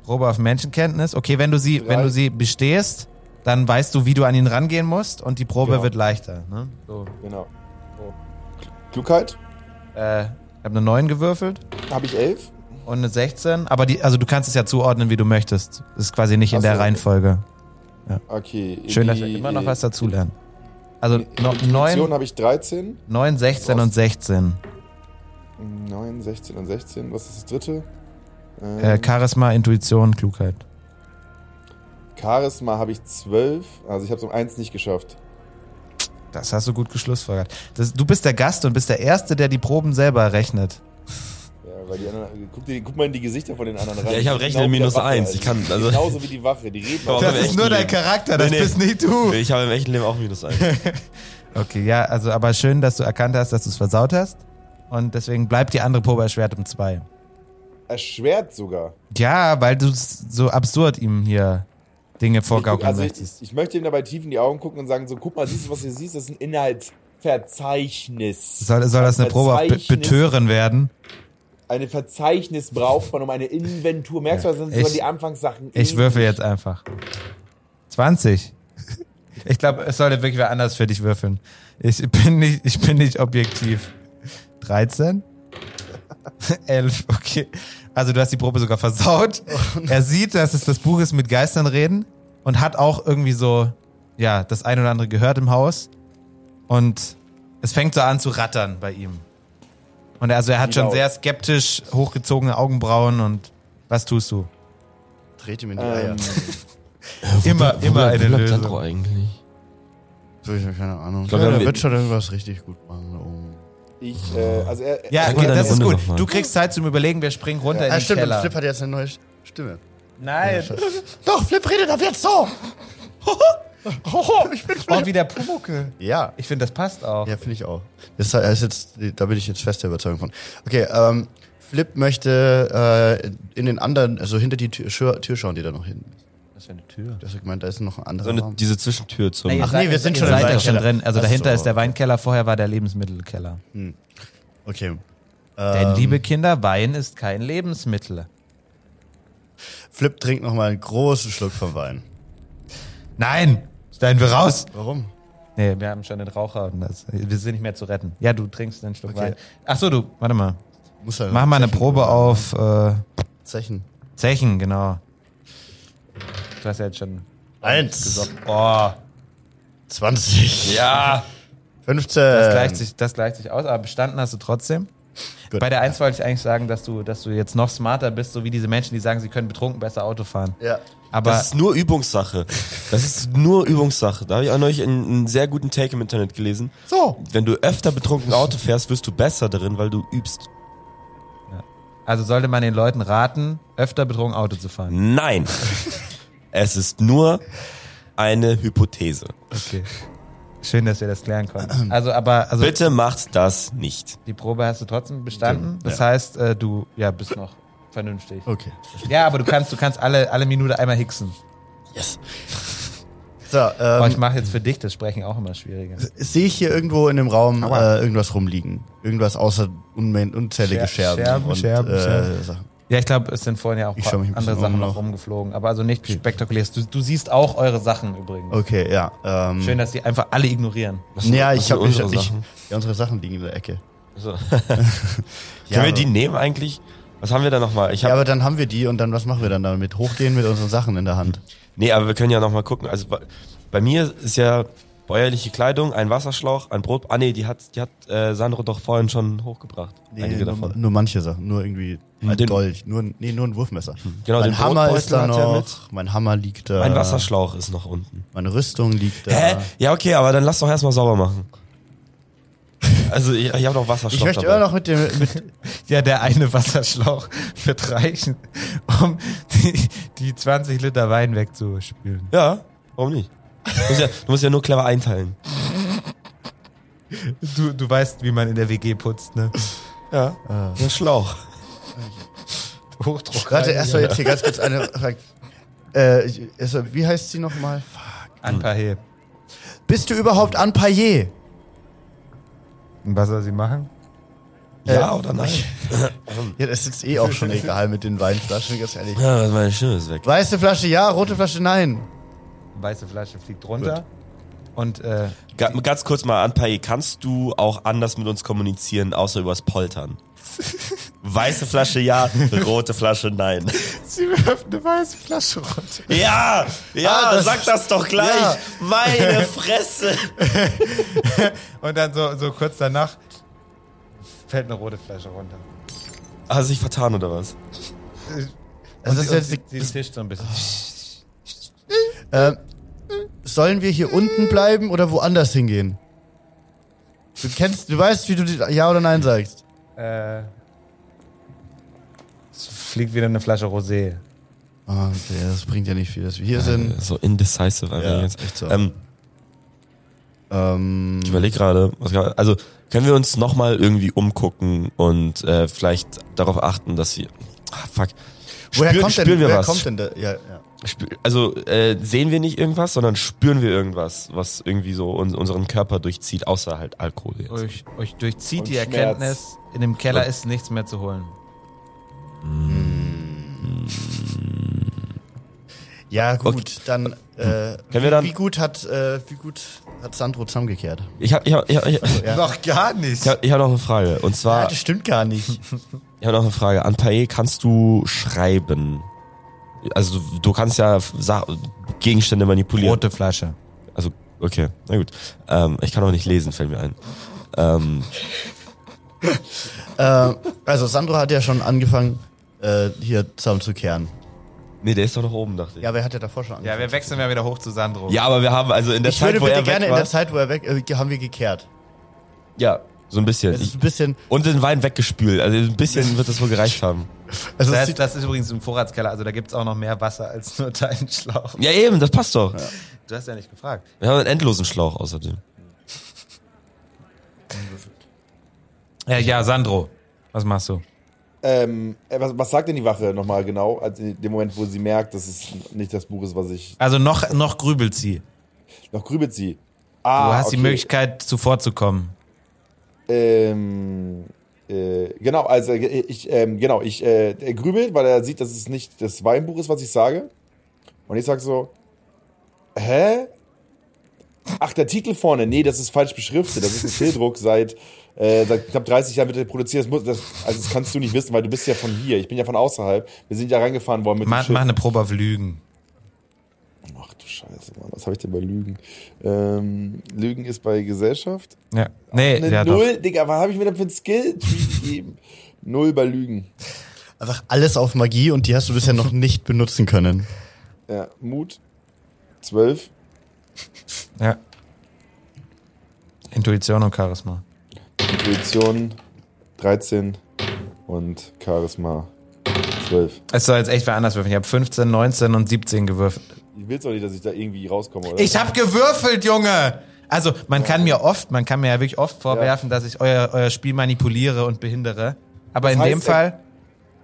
S3: Probe auf Menschenkenntnis. Okay, wenn du sie,
S5: Drei.
S3: wenn du sie bestehst, dann weißt du, wie du an ihn rangehen musst und die Probe
S5: Genau.
S3: wird leichter. Ne? So.
S5: Genau. Oh. Klugheit
S3: Äh, ich habe eine 9 gewürfelt
S5: habe ich elf.
S3: und eine 16, aber die, also du kannst es ja zuordnen, wie du möchtest. Das ist quasi nicht in
S5: Ach
S3: der
S5: so.
S3: Reihenfolge.
S5: Okay.
S3: Schön, dass wir
S5: die-
S3: immer noch was dazulernen. Also noch
S5: Intuition
S3: 9,
S5: habe ich 13.
S3: 9, 16 und 16.
S5: 9, 16 und 16. Was ist das dritte? Ähm,
S3: Äh, Charisma, Intuition, Klugheit.
S5: Charisma habe ich 12. Also ich habe es um 1 nicht geschafft.
S3: Das hast du gut geschlussfolgert. Das, du bist der Gast und bist der Erste, der die Proben selber rechnet.
S5: Ja, weil die anderen, guck, dir, guck mal in die Gesichter von den anderen rein.
S4: Ja, ich habe
S5: Die sind
S4: Rechnen
S5: genau wie der
S4: minus
S5: Wache,
S4: eins.
S5: Alter.
S4: Ich kann, also,
S5: Genauso wie die Wache, die reden.
S4: Aber
S5: auch
S4: im
S3: Das ist
S4: echten
S3: nur dein
S4: Leben.
S3: Charakter, das
S4: Nee, nee.
S3: bist nicht du.
S4: ich habe im echten Leben auch minus eins.
S3: Okay, ja, also aber schön, dass du erkannt hast, dass du es versaut hast. Und deswegen bleibt die andere Probe erschwert um zwei.
S5: erschwert sogar.
S3: Ja, weil du s- so absurd ihm hier Dinge
S5: Ich, guck-
S3: vorgaukeln
S5: also ich,
S3: möchtest.
S5: ich möchte ihm dabei tief in die Augen gucken und sagen, so guck mal, siehst du, was du hier siehst? Das ist ein Inhaltsverzeichnis.
S3: Soll, soll das eine Probe auf Be
S5: Verzeichnis-
S3: Betören werden?
S5: Eine Verzeichnis braucht man um eine Inventur. Merkst du, das sind
S3: Ich-
S5: sogar die Anfangssachen.
S3: Ich würfel jetzt einfach. 20. Ich glaube, es sollte wirklich wer anders für dich würfeln. Ich bin nicht, ich bin nicht objektiv. 13? 11, okay. Also du hast die Probe sogar versaut. er sieht, dass es das Buch ist mit Geistern reden und hat auch irgendwie so, ja, das ein oder andere gehört im Haus. Und es fängt so an zu rattern bei ihm. Und er- also er hat
S5: Wie
S3: schon
S5: laut.
S3: sehr skeptisch hochgezogene Augenbrauen und was tust du?
S2: Dreht ihm in die Eier.
S5: Ähm,
S3: Immer, immer eine
S4: Sandro
S3: Lösung.
S4: eigentlich?
S2: So, ich habe keine Ahnung.
S4: glaub,
S2: ja,
S4: wir haben
S2: der
S4: den-
S2: wird schon irgendwas richtig gut machen. da oben.
S5: ich, äh, also er,
S3: Ja,
S4: Sag mal deine
S3: das ist
S4: Runde
S3: gut.
S4: noch mal.
S3: Du kriegst Zeit zum Überlegen, wir springen runter in
S2: Ah,
S3: den
S2: stimmt, und
S3: Keller.
S2: Flip hat jetzt eine neue Stimme.
S3: Nein.
S2: Doch, Flip redet ab jetzt so! Hoho, ich bin
S3: Oh, wie der Pumuckel.
S2: Ja,
S3: Ich finde, das passt auch.
S2: ja, finde ich auch. Das ist jetzt, da bin ich jetzt fest der Überzeugung von. Okay, ähm, Flip möchte äh, in den anderen, also hinter die Tür, Schür- Tür schauen, die da noch hinten.
S3: Das ist eine Tür.
S2: Das ich meine, da ist noch ein anderer
S4: So eine,
S2: Raum.
S4: diese Zwischentür zum.
S2: Ach nee, wir sind schon im
S3: seid ja schon
S2: Weinkeller.
S3: drin. Also
S2: Ach
S3: dahinter
S2: so. Ähm.
S3: ist der Weinkeller, vorher war der Lebensmittelkeller.
S2: Okay.
S3: Denn, liebe Kinder, Wein ist kein Lebensmittel.
S2: Flip trinkt nochmal einen großen Schluck vom Wein.
S3: Nein! Steigen wir raus!
S2: Warum?
S3: Nee, wir haben schon den Raucher und das, wir sind nicht mehr zu retten. Ja, du trinkst einen Schluck
S2: Okay.
S3: Wein. Ach so, du, warte mal.
S2: Muss er
S3: Mach mal eine Probe auf äh,
S2: Zechen.
S3: Zechen, genau. Du hast ja jetzt schon
S2: Eins,
S3: Oh,
S2: 20,
S3: ja.
S2: 15.
S3: Das gleicht, sich, das gleicht sich aus, aber bestanden hast du trotzdem.
S2: Ähm. Gut.
S3: Bei der Eins wollte ich eigentlich sagen, dass du, dass du jetzt noch smarter bist, so wie diese Menschen, die sagen, sie können betrunken besser Auto fahren.
S2: Ja.
S3: Aber
S4: Das ist nur Übungssache. Das ist nur Übungssache. Da habe ich auch neulich einen, einen sehr guten Take im Internet gelesen.
S2: So.
S4: Wenn du öfter betrunken Auto fährst, wirst du besser darin, weil du übst.
S3: also sollte man den Leuten raten, öfter betrunken Auto zu fahren.
S4: Nein. es ist nur eine Hypothese.
S3: Okay. Schön, dass wir das klären konnten.
S2: Ähm.
S3: Also, aber also
S4: Bitte macht das nicht.
S3: die Probe hast du trotzdem bestanden. Das
S2: Ja.
S3: heißt, äh, du ja, bist noch vernünftig.
S2: Okay.
S3: Ja, aber du kannst, du kannst alle, alle Minute einmal hixen.
S4: Yes.
S2: So,
S3: Aber
S2: ähm, Äh.
S3: ich mache jetzt für dich das Sprechen auch immer schwieriger.
S2: sehe ich hier irgendwo in dem Raum äh, irgendwas rumliegen. Irgendwas außer unmen- unzählige
S3: Scher-
S2: Scherben.
S3: Scherben,
S2: und,
S3: Scherben,
S2: äh,
S3: Scherben.
S2: Sachen.
S3: Ja, ich glaube, es sind vorhin ja auch
S2: Ich
S3: paar
S2: schau mich ein bisschen
S3: andere Sachen
S2: um
S3: noch
S2: noch.
S3: rumgeflogen, aber also nicht spektakulär. Du, du siehst auch eure Sachen übrigens.
S2: Okay, ja. Ähm,
S3: Schön, dass die einfach alle ignorieren.
S2: Ja,
S4: Was
S2: ich
S4: sind
S2: habe
S4: unsere
S2: unsere, ich,
S4: Sachen?
S2: ja, unsere Sachen liegen in der Ecke.
S4: So.
S2: Ja,
S4: Können wir
S2: aber-
S4: die nehmen eigentlich? Was haben wir da nochmal? Ich
S2: Ja,
S4: hab,
S2: aber dann haben wir die und dann was machen wir dann damit? Hochgehen mit unseren Sachen in der Hand.
S4: nee, aber wir können ja nochmal gucken. Also bei- bei mir ist ja Bäuerliche Kleidung, ein Wasserschlauch, ein Brot. Ah nee, die hat, die hat äh, Sandro doch vorhin schon hochgebracht. Einige
S2: nur,
S4: davon.
S2: nur manche Sachen, nur irgendwie ein
S4: Ah, Den-
S2: Gold, nur, ein- nee, nur ein Wurfmesser.
S4: Genau,
S2: mein
S4: den
S2: Hammer
S4: Brotbeutel
S2: ist da
S4: hat er
S2: noch, mein Hammer liegt da,
S4: Ein Wasserschlauch ist noch unten.
S2: meine Rüstung liegt da.
S4: Äh. Hä? Ja, okay, aber dann lass doch erstmal sauber machen. Also ich, ich habe noch Wasserschlauch.
S2: Ich möchte
S4: dabei.
S2: immer noch mit dem, mit,
S3: Ja, der eine Wasserschlauch wird reichen, um die, die 20 Liter Wein wegzuspülen.
S4: Ja, warum nicht? Du musst ja, du musst ja nur clever einteilen.
S3: Du, du weißt, wie man in der WG putzt, ne?
S4: Ja.
S2: Äh.
S4: Ein Schlauch.
S3: Hochdruck.
S2: warte, erstmal jetzt hier ganz kurz eine Frage. Äh, ich- erstmal, wie heißt sie nochmal?
S3: Ein paar Heb.
S2: Bist du überhaupt an Paillet?
S3: Und was soll sie machen?
S2: Äh.
S4: Ja oder nein?
S2: Ja, das ist eh auch schon egal mit den Weinflaschen, ganz ehrlich.
S4: Ja, meine Stimme ist weg.
S2: Weiße Flasche ja, rote Flasche nein.
S3: Weiße Flasche fliegt runter. Und äh,
S4: Ga ganz kurz mal an, Pai, kannst du auch anders mit uns kommunizieren, außer übers Poltern? Weiße Flasche ja, rote Flasche nein.
S3: sie wirft eine weiße Flasche runter.
S4: Ja, ja,
S2: Ah, das-
S4: sag das doch gleich.
S2: Ja.
S4: Meine Fresse.
S3: Und dann so, so kurz danach fällt eine rote Flasche runter.
S4: Hast du dich vertan oder was?
S2: Also
S3: Und
S2: das
S3: sie, und
S2: ist
S3: sie,
S2: jetzt,
S3: sie zischt so ein bisschen.
S2: äh, sollen wir hier unten bleiben oder woanders hingehen? Du kennst, du weißt, wie du die, ja oder nein sagst.
S3: Äh, es fliegt wieder eine Flasche Rosé.
S2: Ah, okay, das bringt ja nicht viel, dass wir hier sind.
S4: Äh, So indecisive einfach
S2: Ja,
S4: jetzt.
S2: echt so.
S4: Ähm,
S2: Ähm,
S4: ich überlege gerade, was kann- also können wir uns nochmal irgendwie umgucken und äh, vielleicht darauf achten, dass wir. Ah, fuck.
S2: woher
S4: Spüren-
S2: kommt denn,
S4: spüren wir
S2: woher
S4: was?
S2: kommt denn der, ja, ja.
S4: Spü- Also äh, sehen wir nicht irgendwas, sondern spüren wir irgendwas, was irgendwie so un unseren Körper durchzieht, außer halt Alkohol jetzt.
S3: Euch, euch durchzieht
S5: Und
S3: die
S5: Schmerz.
S3: Erkenntnis, in dem Keller ist nichts mehr zu holen.
S2: Ja, gut, dann, äh,
S4: Hm. wir
S2: wie,
S4: dann-
S2: wie gut hat, äh, wie gut hat Sandro zusammengekehrt?
S4: Ich habe ich hab, ich hab, ich hab, ich
S2: Ja.
S3: Noch gar nicht.
S4: hab, ich hab noch eine Frage. Und
S2: Ja,
S4: zwar,
S2: das stimmt gar nicht.
S4: ich habe noch eine Frage. An Pae kannst du schreiben? Also du- du kannst ja Sa Gegenstände manipulieren.
S3: Rote Flasche.
S4: Also, okay, na gut. Ähm, ich kann auch nicht lesen, fällt mir ein. Ähm,
S2: äh, also Sandro hat ja schon angefangen, äh, hier zusammenzukehren.
S4: nee, der ist doch noch oben, dachte ich.
S2: Ja, wer hat ja davor schon
S3: Ja,
S2: angefangen?
S3: wir wechseln ja wieder hoch zu Sandro.
S4: Ja, aber wir haben also in der
S2: ich
S4: Zeit,
S2: würde
S4: wo
S2: bitte
S4: er
S2: gerne
S4: weg
S2: in
S4: war,
S2: der Zeit, wo er weg, äh, haben wir gekehrt.
S4: ja, so ein bisschen.
S2: Es ist ein bisschen,
S4: Und den Wein weggespült. Also ein bisschen wird das wohl gereicht haben.
S2: also es
S3: Das,
S2: sieht,
S3: das ist übrigens im Vorratskeller, also da gibt's auch noch mehr Wasser als nur deinen Schlauch.
S4: Ja, eben, das passt doch.
S3: Du hast ja nicht gefragt.
S4: Wir haben einen endlosen Schlauch außerdem.
S3: Äh, ja, Sandro, was machst du?
S5: Ähm, äh, was, was sagt denn die Wache nochmal genau? Also in dem Moment, wo sie merkt, dass es nicht das Buch ist, was ich.
S3: Also noch, noch grübelt sie. Du
S5: Noch grübelt sie. Ah,
S3: hast die
S5: okay.
S3: Möglichkeit, zuvorzukommen.
S5: Ähm, äh, genau, also äh, ich, ähm, genau, ich äh, er grübelt, weil er sieht, dass es nicht das Weinbuch ist, was ich sage. Und ich sag so, hä? Ach, der Titel vorne, nee, das ist falsch beschriftet. Das ist ein Zähldruck seit, äh, seit knapp 30 Jahren wird er produziert. Das muss, das, also das kannst du nicht wissen, weil du bist ja von hier. Ich bin ja von außerhalb. Wir sind ja reingefahren worden mit
S3: Mach,
S5: dem Schiff.
S3: mach eine Probe auf Lügen.
S5: Ach du Scheiße, Mann, was habe ich denn bei Lügen? Ähm, Lügen ist bei Gesellschaft.
S3: Ja. Nee,
S5: Eine
S3: Äh, ja doch.
S5: Null, Digga, was habe ich mir denn für ein Skill gegeben? Null bei Lügen.
S2: einfach alles auf Magie und die hast du bisher noch nicht benutzen können.
S5: Ja, Mut. 12.
S3: Ja. Intuition und Charisma.
S5: Intuition. 13. Und Charisma. 12.
S3: Es soll jetzt echt wer anders würfeln. Ich habe 15, 19 und 17 gewürfelt.
S5: Ich will doch nicht, dass ich da irgendwie rauskomme, oder?
S3: Ich habe gewürfelt, Junge! Also, man kann mir oft, man kann mir ja wirklich oft vorwerfen, dass ich euer, euer Spiel manipuliere und behindere. Aber in dem
S5: heißt,
S3: Fall.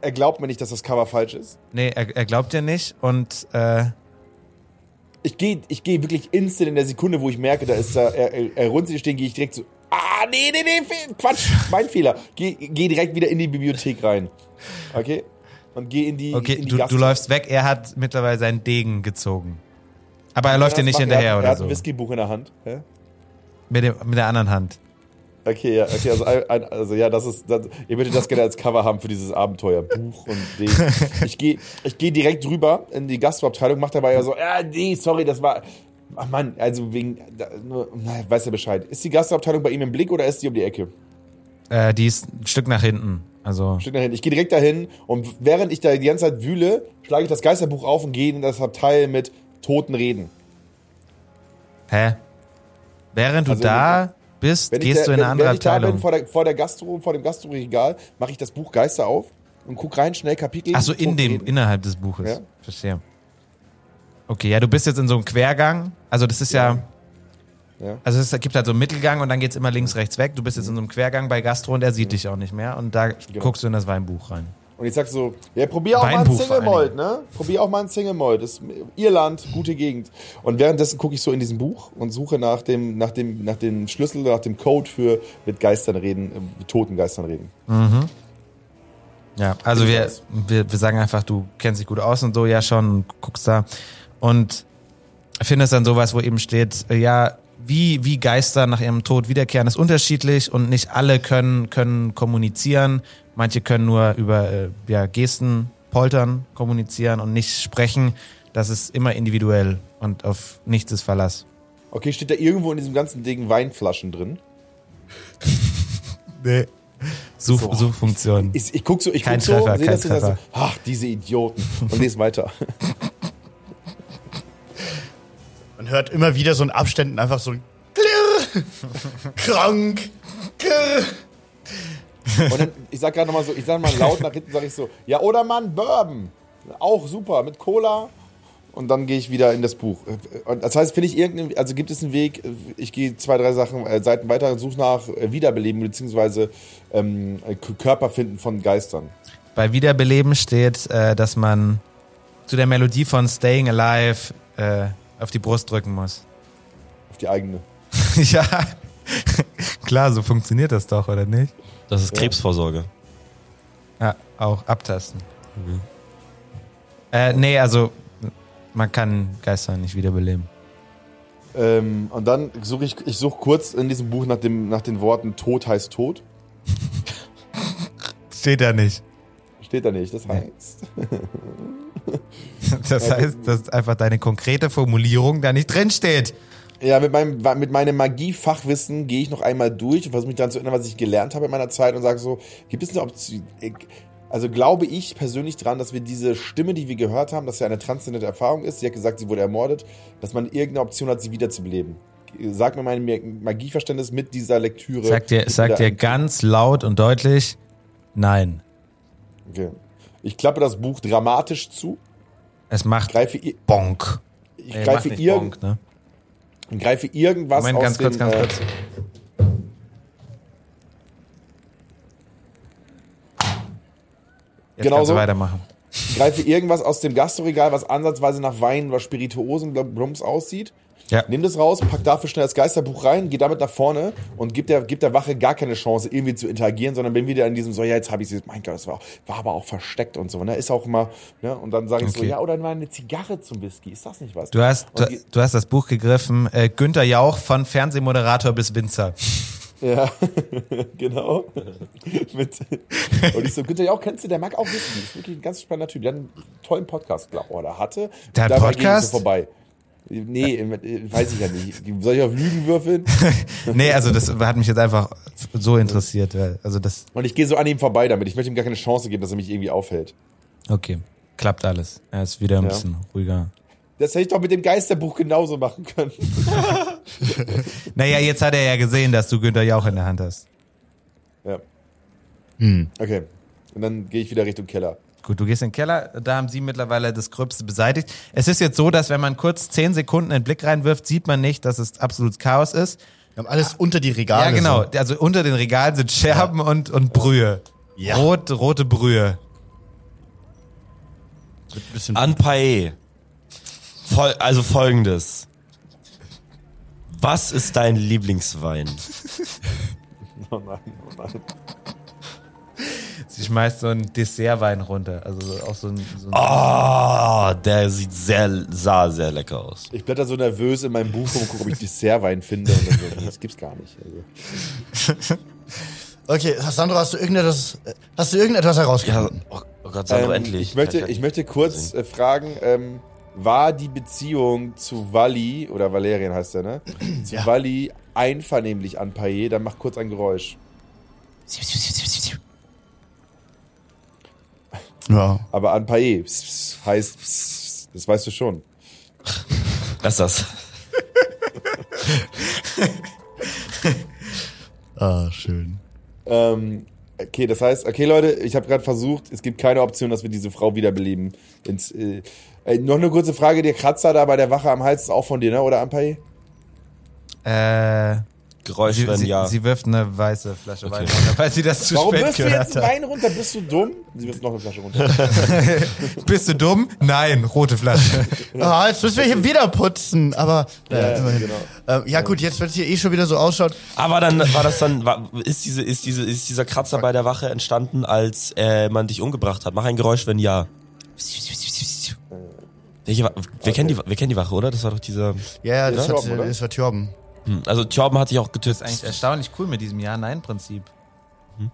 S5: er glaubt mir nicht, dass das Cover falsch ist.
S3: Nee, er, er glaubt dir nicht und äh,
S5: Ich gehe ich geh wirklich instant in der Sekunde, wo ich merke, da ist da, er, er, er runzelt stehen, gehe ich direkt so. Ah, nee, nee, nee, Fe- Quatsch, mein Fehler. Geh, geh direkt wieder in die Bibliothek rein. Okay? Und geh in die.
S3: okay,
S5: in die
S3: du, du
S5: Gastro-
S3: läufst weg. Er hat mittlerweile seinen Degen gezogen. Aber er läuft dir
S5: das
S3: nicht
S5: macht-
S3: hinterher
S5: er hat,
S3: oder
S5: er hat
S3: so.
S5: ein Whiskybuch in der Hand. Hä?
S3: Mit, dem, mit der anderen Hand.
S5: Okay, ja, okay, also, ein, ein- also ja, das ist, das, ihr würdet das gerne als Cover haben für dieses Abenteuer, Buch und Ding. Ich gehe ich geh direkt rüber in die Gastabteilung, mach dabei ja so, ah, nee, äh, sorry, das war, Ach Mann, also wegen. Da, nur, na, weiß ja Bescheid. Ist die Gastabteilung bei ihm im Blick oder ist die um die Ecke?
S3: Äh, die ist ein Stück nach hinten. Also,
S5: Steht dahin. Ich gehe direkt dahin und während ich da die ganze Zeit wühle, schlage ich das Geisterbuch auf und gehe in das Abteil mit toten Reden.
S3: hä? Während du
S5: Also,
S3: da bist,
S5: Wenn
S3: gehst
S5: ich da,
S3: du in eine
S5: wenn,
S3: andere
S5: wenn ich da bin,
S3: Abteilung.
S5: vor der, vor der Gastro, vor dem Gastroregal, mache ich das Buch Geister auf und guck rein, schnell Kapitel.
S3: Achso,
S5: Toten
S3: in dem,
S5: Reden.
S3: innerhalb des Buches.
S5: Ja.
S3: Verstehe. Okay, ja, du bist jetzt in so einem Quergang. Also, das ist ja.
S5: Ja.
S3: Also, es gibt halt so einen Mittelgang und dann geht's immer links, rechts weg. Du bist jetzt in so einem Quergang bei Gastro und er
S5: Mhm.
S3: sieht dich auch nicht mehr. Und da
S5: Genau.
S3: guckst du in das Weinbuch rein.
S5: Und ich sag so, ja, probier auch
S3: Weinbuch
S5: mal einen
S3: vor
S5: Single
S3: allen
S5: Malt, ne? Probier auch mal einen Single Malt. Ist Irland, gute Gegend. Und währenddessen gucke ich so in diesem Buch und suche nach dem, nach dem, nach dem Schlüssel, nach dem Code für mit Geistern reden, äh, mit toten Geistern reden.
S3: Ja, also wir, wir, wir sagen einfach, du kennst dich gut aus und so, ja schon, und guckst da und findest dann sowas, wo eben steht, äh, ja, wie, wie Geister nach ihrem Tod wiederkehren, ist unterschiedlich und nicht alle können, können kommunizieren. Manche können nur über äh, ja, Gesten, Poltern kommunizieren und nicht sprechen. Das ist immer individuell und auf nichts ist Verlass.
S5: Okay, steht da irgendwo in diesem ganzen Ding Weinflaschen drin?
S3: Nee. Such,
S5: So.
S3: Suchfunktion.
S5: Ich, ich guck so, ich
S3: Kein
S5: guck so,
S3: Treffer,
S5: sehe
S3: kein
S5: das und sag so,
S3: Treffer.
S5: ach, diese Idioten. Und lese weiter.
S2: Man hört immer wieder so in Abständen einfach so ein Klirr, krank, Klirr.
S5: Und dann, ich sag gerade nochmal so, ich sag mal laut nach hinten, sag ich so, ja, oder Mann, Bourbon. Auch super, mit Cola. Und dann gehe ich wieder in das Buch. Und das heißt, finde ich irgendeinen, also gibt es einen Weg, ich gehe zwei, drei Sachen, äh, Seiten weiter und suche nach äh, Wiederbeleben, beziehungsweise ähm, äh, K- Körper finden von Geistern.
S3: Bei Wiederbeleben steht, äh, dass man zu der Melodie von Staying Alive äh, auf die Brust drücken muss.
S5: Auf die eigene.
S3: ja, klar, so funktioniert das doch, oder nicht?
S4: Das ist Krebsvorsorge.
S3: Ja, auch abtasten.
S5: Mhm.
S3: Äh, nee, also man kann Geister nicht wiederbeleben.
S5: Ähm, und dann suche ich, ich suche kurz in diesem Buch nach, dem, nach den Worten Tod heißt Tod.
S3: Steht da nicht.
S5: Steht da nicht, das heißt.
S3: Das heißt, dass einfach deine konkrete Formulierung da nicht drin steht.
S5: Ja, mit meinem, mit meinem Magie-Fachwissen gehe ich noch einmal durch und versuche mich daran zu erinnern, was ich gelernt habe in meiner Zeit und sage so, gibt es eine Option? Ich- Also glaube ich persönlich dran, dass wir diese Stimme, die wir gehört haben, dass ja eine transzendente Erfahrung ist, sie hat gesagt, sie wurde ermordet, dass man irgendeine Option hat, sie wiederzubeleben. Sag mir mein Magieverständnis mit dieser Lektüre.
S3: Sagt dir,
S5: Ist
S3: sagt dir
S5: wieder-
S3: ganz laut und deutlich, nein.
S5: Okay. Ich klappe das Buch dramatisch zu,
S3: Es macht
S5: greife, ir-
S3: Bonk.
S5: ich
S3: Nee, macht
S5: greife,
S3: nicht
S5: irg
S3: Bonk, ne?
S5: greife irgendwas
S3: Moment,
S5: aus
S3: ganz kurz,
S5: dem,
S3: ganz
S5: äh,
S3: kurz. Jetzt
S5: Genau
S3: kannst du
S5: so.
S3: weitermachen.
S5: greife irgendwas aus dem Gastroregal, was ansatzweise nach Wein oder Spirituosen Blums aussieht.
S3: Ja.
S5: Nimm das raus, pack dafür schnell das Geisterbuch rein, geh damit nach vorne und gib der, gib der Wache gar keine Chance, irgendwie zu interagieren, sondern bin wieder in diesem so, ja, jetzt habe ich sie, mein Gott, das war, auch, war aber auch versteckt und so, ne? Ist auch immer, ne? Und dann sage ich so,
S3: Okay.
S5: ja, oder mal eine Zigarre zum Whisky, ist das nicht was?
S3: Du hast,
S5: Und
S3: du,
S5: die-
S3: du hast das Buch gegriffen, äh, Günther Jauch von Fernsehmoderator bis Winzer.
S5: Ja, genau. Mit, und ich so, Günther Jauch, kennst du, der mag auch Whisky, ist wirklich ein ganz spannender Typ, der hat einen tollen Podcast, glaube ich, oder hatte.
S3: Der hat
S5: Dabei ging es
S3: Podcast?
S5: So vorbei. Nee, äh, weiß ich ja nicht. Soll ich auf Lügen würfeln?
S3: nee, also das hat mich jetzt einfach so interessiert. weil- Also das,
S5: Und ich gehe so an ihm vorbei damit. Ich möchte ihm gar keine Chance geben, dass er mich irgendwie aufhält.
S3: okay, klappt alles. Er ist wieder ein
S5: Ja.
S3: bisschen ruhiger.
S5: Das hätte ich doch mit dem Geisterbuch genauso machen können.
S3: Naja, jetzt hat er ja gesehen, dass du Günther Jauch in der Hand hast.
S5: Ja.
S3: Hm.
S5: Okay. Und dann gehe ich wieder Richtung Keller.
S3: Gut, du gehst in den Keller, da haben sie mittlerweile das Gröbste beseitigt. Es ist jetzt so, dass wenn man kurz zehn Sekunden einen Blick reinwirft, sieht man nicht, dass es absolut Chaos ist.
S2: Wir haben alles unter die Regale.
S3: ja, genau.
S2: So.
S3: Also unter den Regalen sind Scherben und, und Brühe.
S2: Ja.
S3: Rot, rote Brühe.
S2: Bisschen
S4: An Pae. Voll, also folgendes. Was ist dein Lieblingswein?
S5: Oh nein, oh nein.
S3: Sie schmeißt so einen Dessertwein runter. Also so- auch so ein, so ein
S4: Oh, der sieht sehr, sah sehr lecker aus.
S5: Ich blätter so nervös in meinem Buch rum und gucke, ob ich Dessertwein finde. Und dann so, das gibt's gar nicht. Also.
S2: okay, Sandro, hast du irgendetwas, äh, hast du irgendetwas herausgefunden?
S4: Ja, oh, oh Gott, Sandro,
S5: Ähm,
S4: endlich.
S5: Ich möchte,
S4: Kann
S5: ich möchte kurz äh, fragen, ähm, war die Beziehung zu Wally, oder Valerian heißt der, ne? Zu
S2: Ja.
S5: Wally einvernehmlich an Paillet, dann mach kurz ein Geräusch.
S2: Ja.
S5: Aber an Paillet pss, pss, heißt, pss, das weißt du schon.
S4: Lass das.
S2: Ah, schön.
S5: Ähm, okay, das heißt, okay, Leute, ich habe gerade versucht, es gibt keine Option, dass wir diese Frau wiederbeleben. Ins, äh, äh, noch eine kurze Frage, der Kratzer da bei der Wache am Hals ist auch von dir, ne? Oder am Paillet?
S3: Äh,
S4: Geräusch,
S3: sie,
S4: wenn
S3: sie,
S4: ja.
S3: sie wirft eine weiße Flasche Wein runter, weil sie das zu
S5: Warum
S3: spät
S5: wirst du
S3: gehört
S5: jetzt
S3: hat.
S5: Wein runter? Bist du dumm? Sie wirft noch eine Flasche runter.
S3: Bist du dumm? Nein, rote Flasche.
S2: Ah, jetzt müssen wir hier wieder putzen, aber. Ja, immerhin.
S5: genau.
S2: Ähm, ja gut, jetzt, wenn es hier eh schon wieder so ausschaut.
S4: Aber dann war das dann, war, ist, diese, ist, diese, ist dieser Kratzer bei der Wache entstanden, als äh, man dich umgebracht hat? Mach ein Geräusch, wenn ja. Welche, Wa- wir, kennen die, wir kennen die Wache, oder? Das war doch dieser.
S2: Ja, ja, das,
S5: Ja.
S2: hat, äh,
S5: Torben, oder?
S2: das war Thorben.
S4: Hm, Also Thorben hat dich auch getötet.
S3: Eigentlich erstaunlich cool mit diesem Ja-Nein-Prinzip.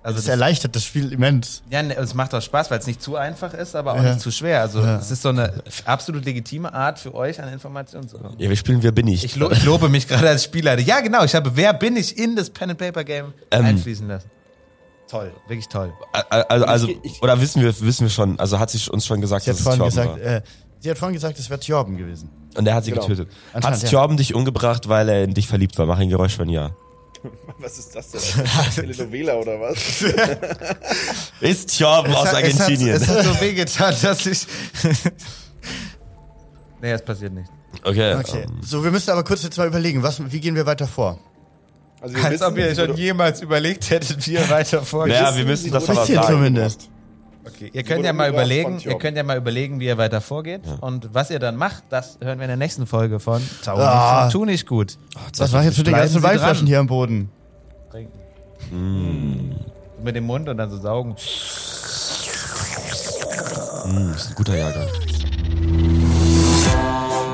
S3: Also
S2: Das
S3: das,
S2: erleichtert das Spiel immens.
S3: ja, ne, es macht auch Spaß, weil es nicht zu einfach ist, aber auch
S2: Ja.
S3: nicht zu schwer. Also es ist so eine absolut legitime Art für euch an Informationen zu kommen.
S4: Ja, wir spielen Wer bin ich?
S3: Ich, lo ich lobe mich gerade als Spielleiter. Ja, genau. Ich habe Wer bin ich in das Pen and Paper Game
S4: Ähm.
S3: einfließen lassen. Toll, wirklich toll.
S4: also, also,
S5: Ich- ich-
S4: oder wissen wir, wissen wir schon, also hat sie uns schon gesagt,
S2: Sie hat
S4: dass es Thorben
S2: vorhin
S4: war.
S2: gesagt, äh, sie hat vorhin gesagt, es wäre Thorben gewesen.
S4: Und er hat sie
S5: Genau.
S4: getötet. Hat
S2: Anscheinend, ja.
S4: Thorben dich umgebracht, weil er in dich verliebt war? Mach ein Geräusch, wenn ja.
S5: Was ist das denn? Telenovela oder was?
S4: Ist Thorben aus
S3: hat- es hat-
S4: Argentinien.
S3: Es hat, so wehgetan, dass ich. nee, es passiert nicht.
S4: okay.
S2: Okay.
S4: ähm,
S2: So, wir müssen aber kurz jetzt mal überlegen, was, wie gehen wir weiter vor?
S5: Also
S3: Als ob ihr
S5: sie
S3: schon jemals überlegt hättet, wie ihr weiter vorgeht.
S4: Ja, wir müssen
S5: sie
S4: das
S5: wurde-
S4: aber
S2: Bisschen
S4: sagen.
S2: zumindest.
S3: Okay, ihr könnt
S5: wurde
S3: ja mal
S5: umgebracht
S3: überlegen,
S5: von Thiob.
S3: ihr könnt ja mal überlegen, wie ihr weiter vorgeht und was ihr dann macht, das hören wir in der nächsten Folge von Tau
S2: Ah.
S3: nicht, tu nicht gut.
S2: Was mache ich jetzt mit den
S3: Bleiben
S2: ganzen
S3: Sie dran.
S2: Weinflaschen hier am Boden?
S3: Trinken. Mit dem Mund und dann so saugen.
S4: Das ist ein guter Jahrgang.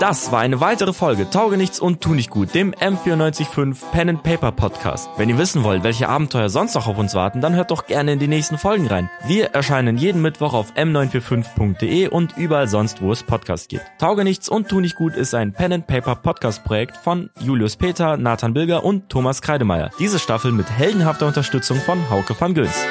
S7: Das war eine weitere Folge Tauge nichts und tu nicht gut, dem M945 Pen and Paper Podcast. Wenn ihr wissen wollt, welche Abenteuer sonst noch auf uns warten, dann hört doch gerne in die nächsten Folgen rein. Wir erscheinen jeden Mittwoch auf m945.de und überall sonst, wo es Podcasts gibt. Tauge nichts und tu nicht gut ist ein Pen and Paper Podcast Projekt von Julius Peter, Nathan Bilger und Thomas Kreidemeier. Diese Staffel mit heldenhafter Unterstützung von Hauke van Göns.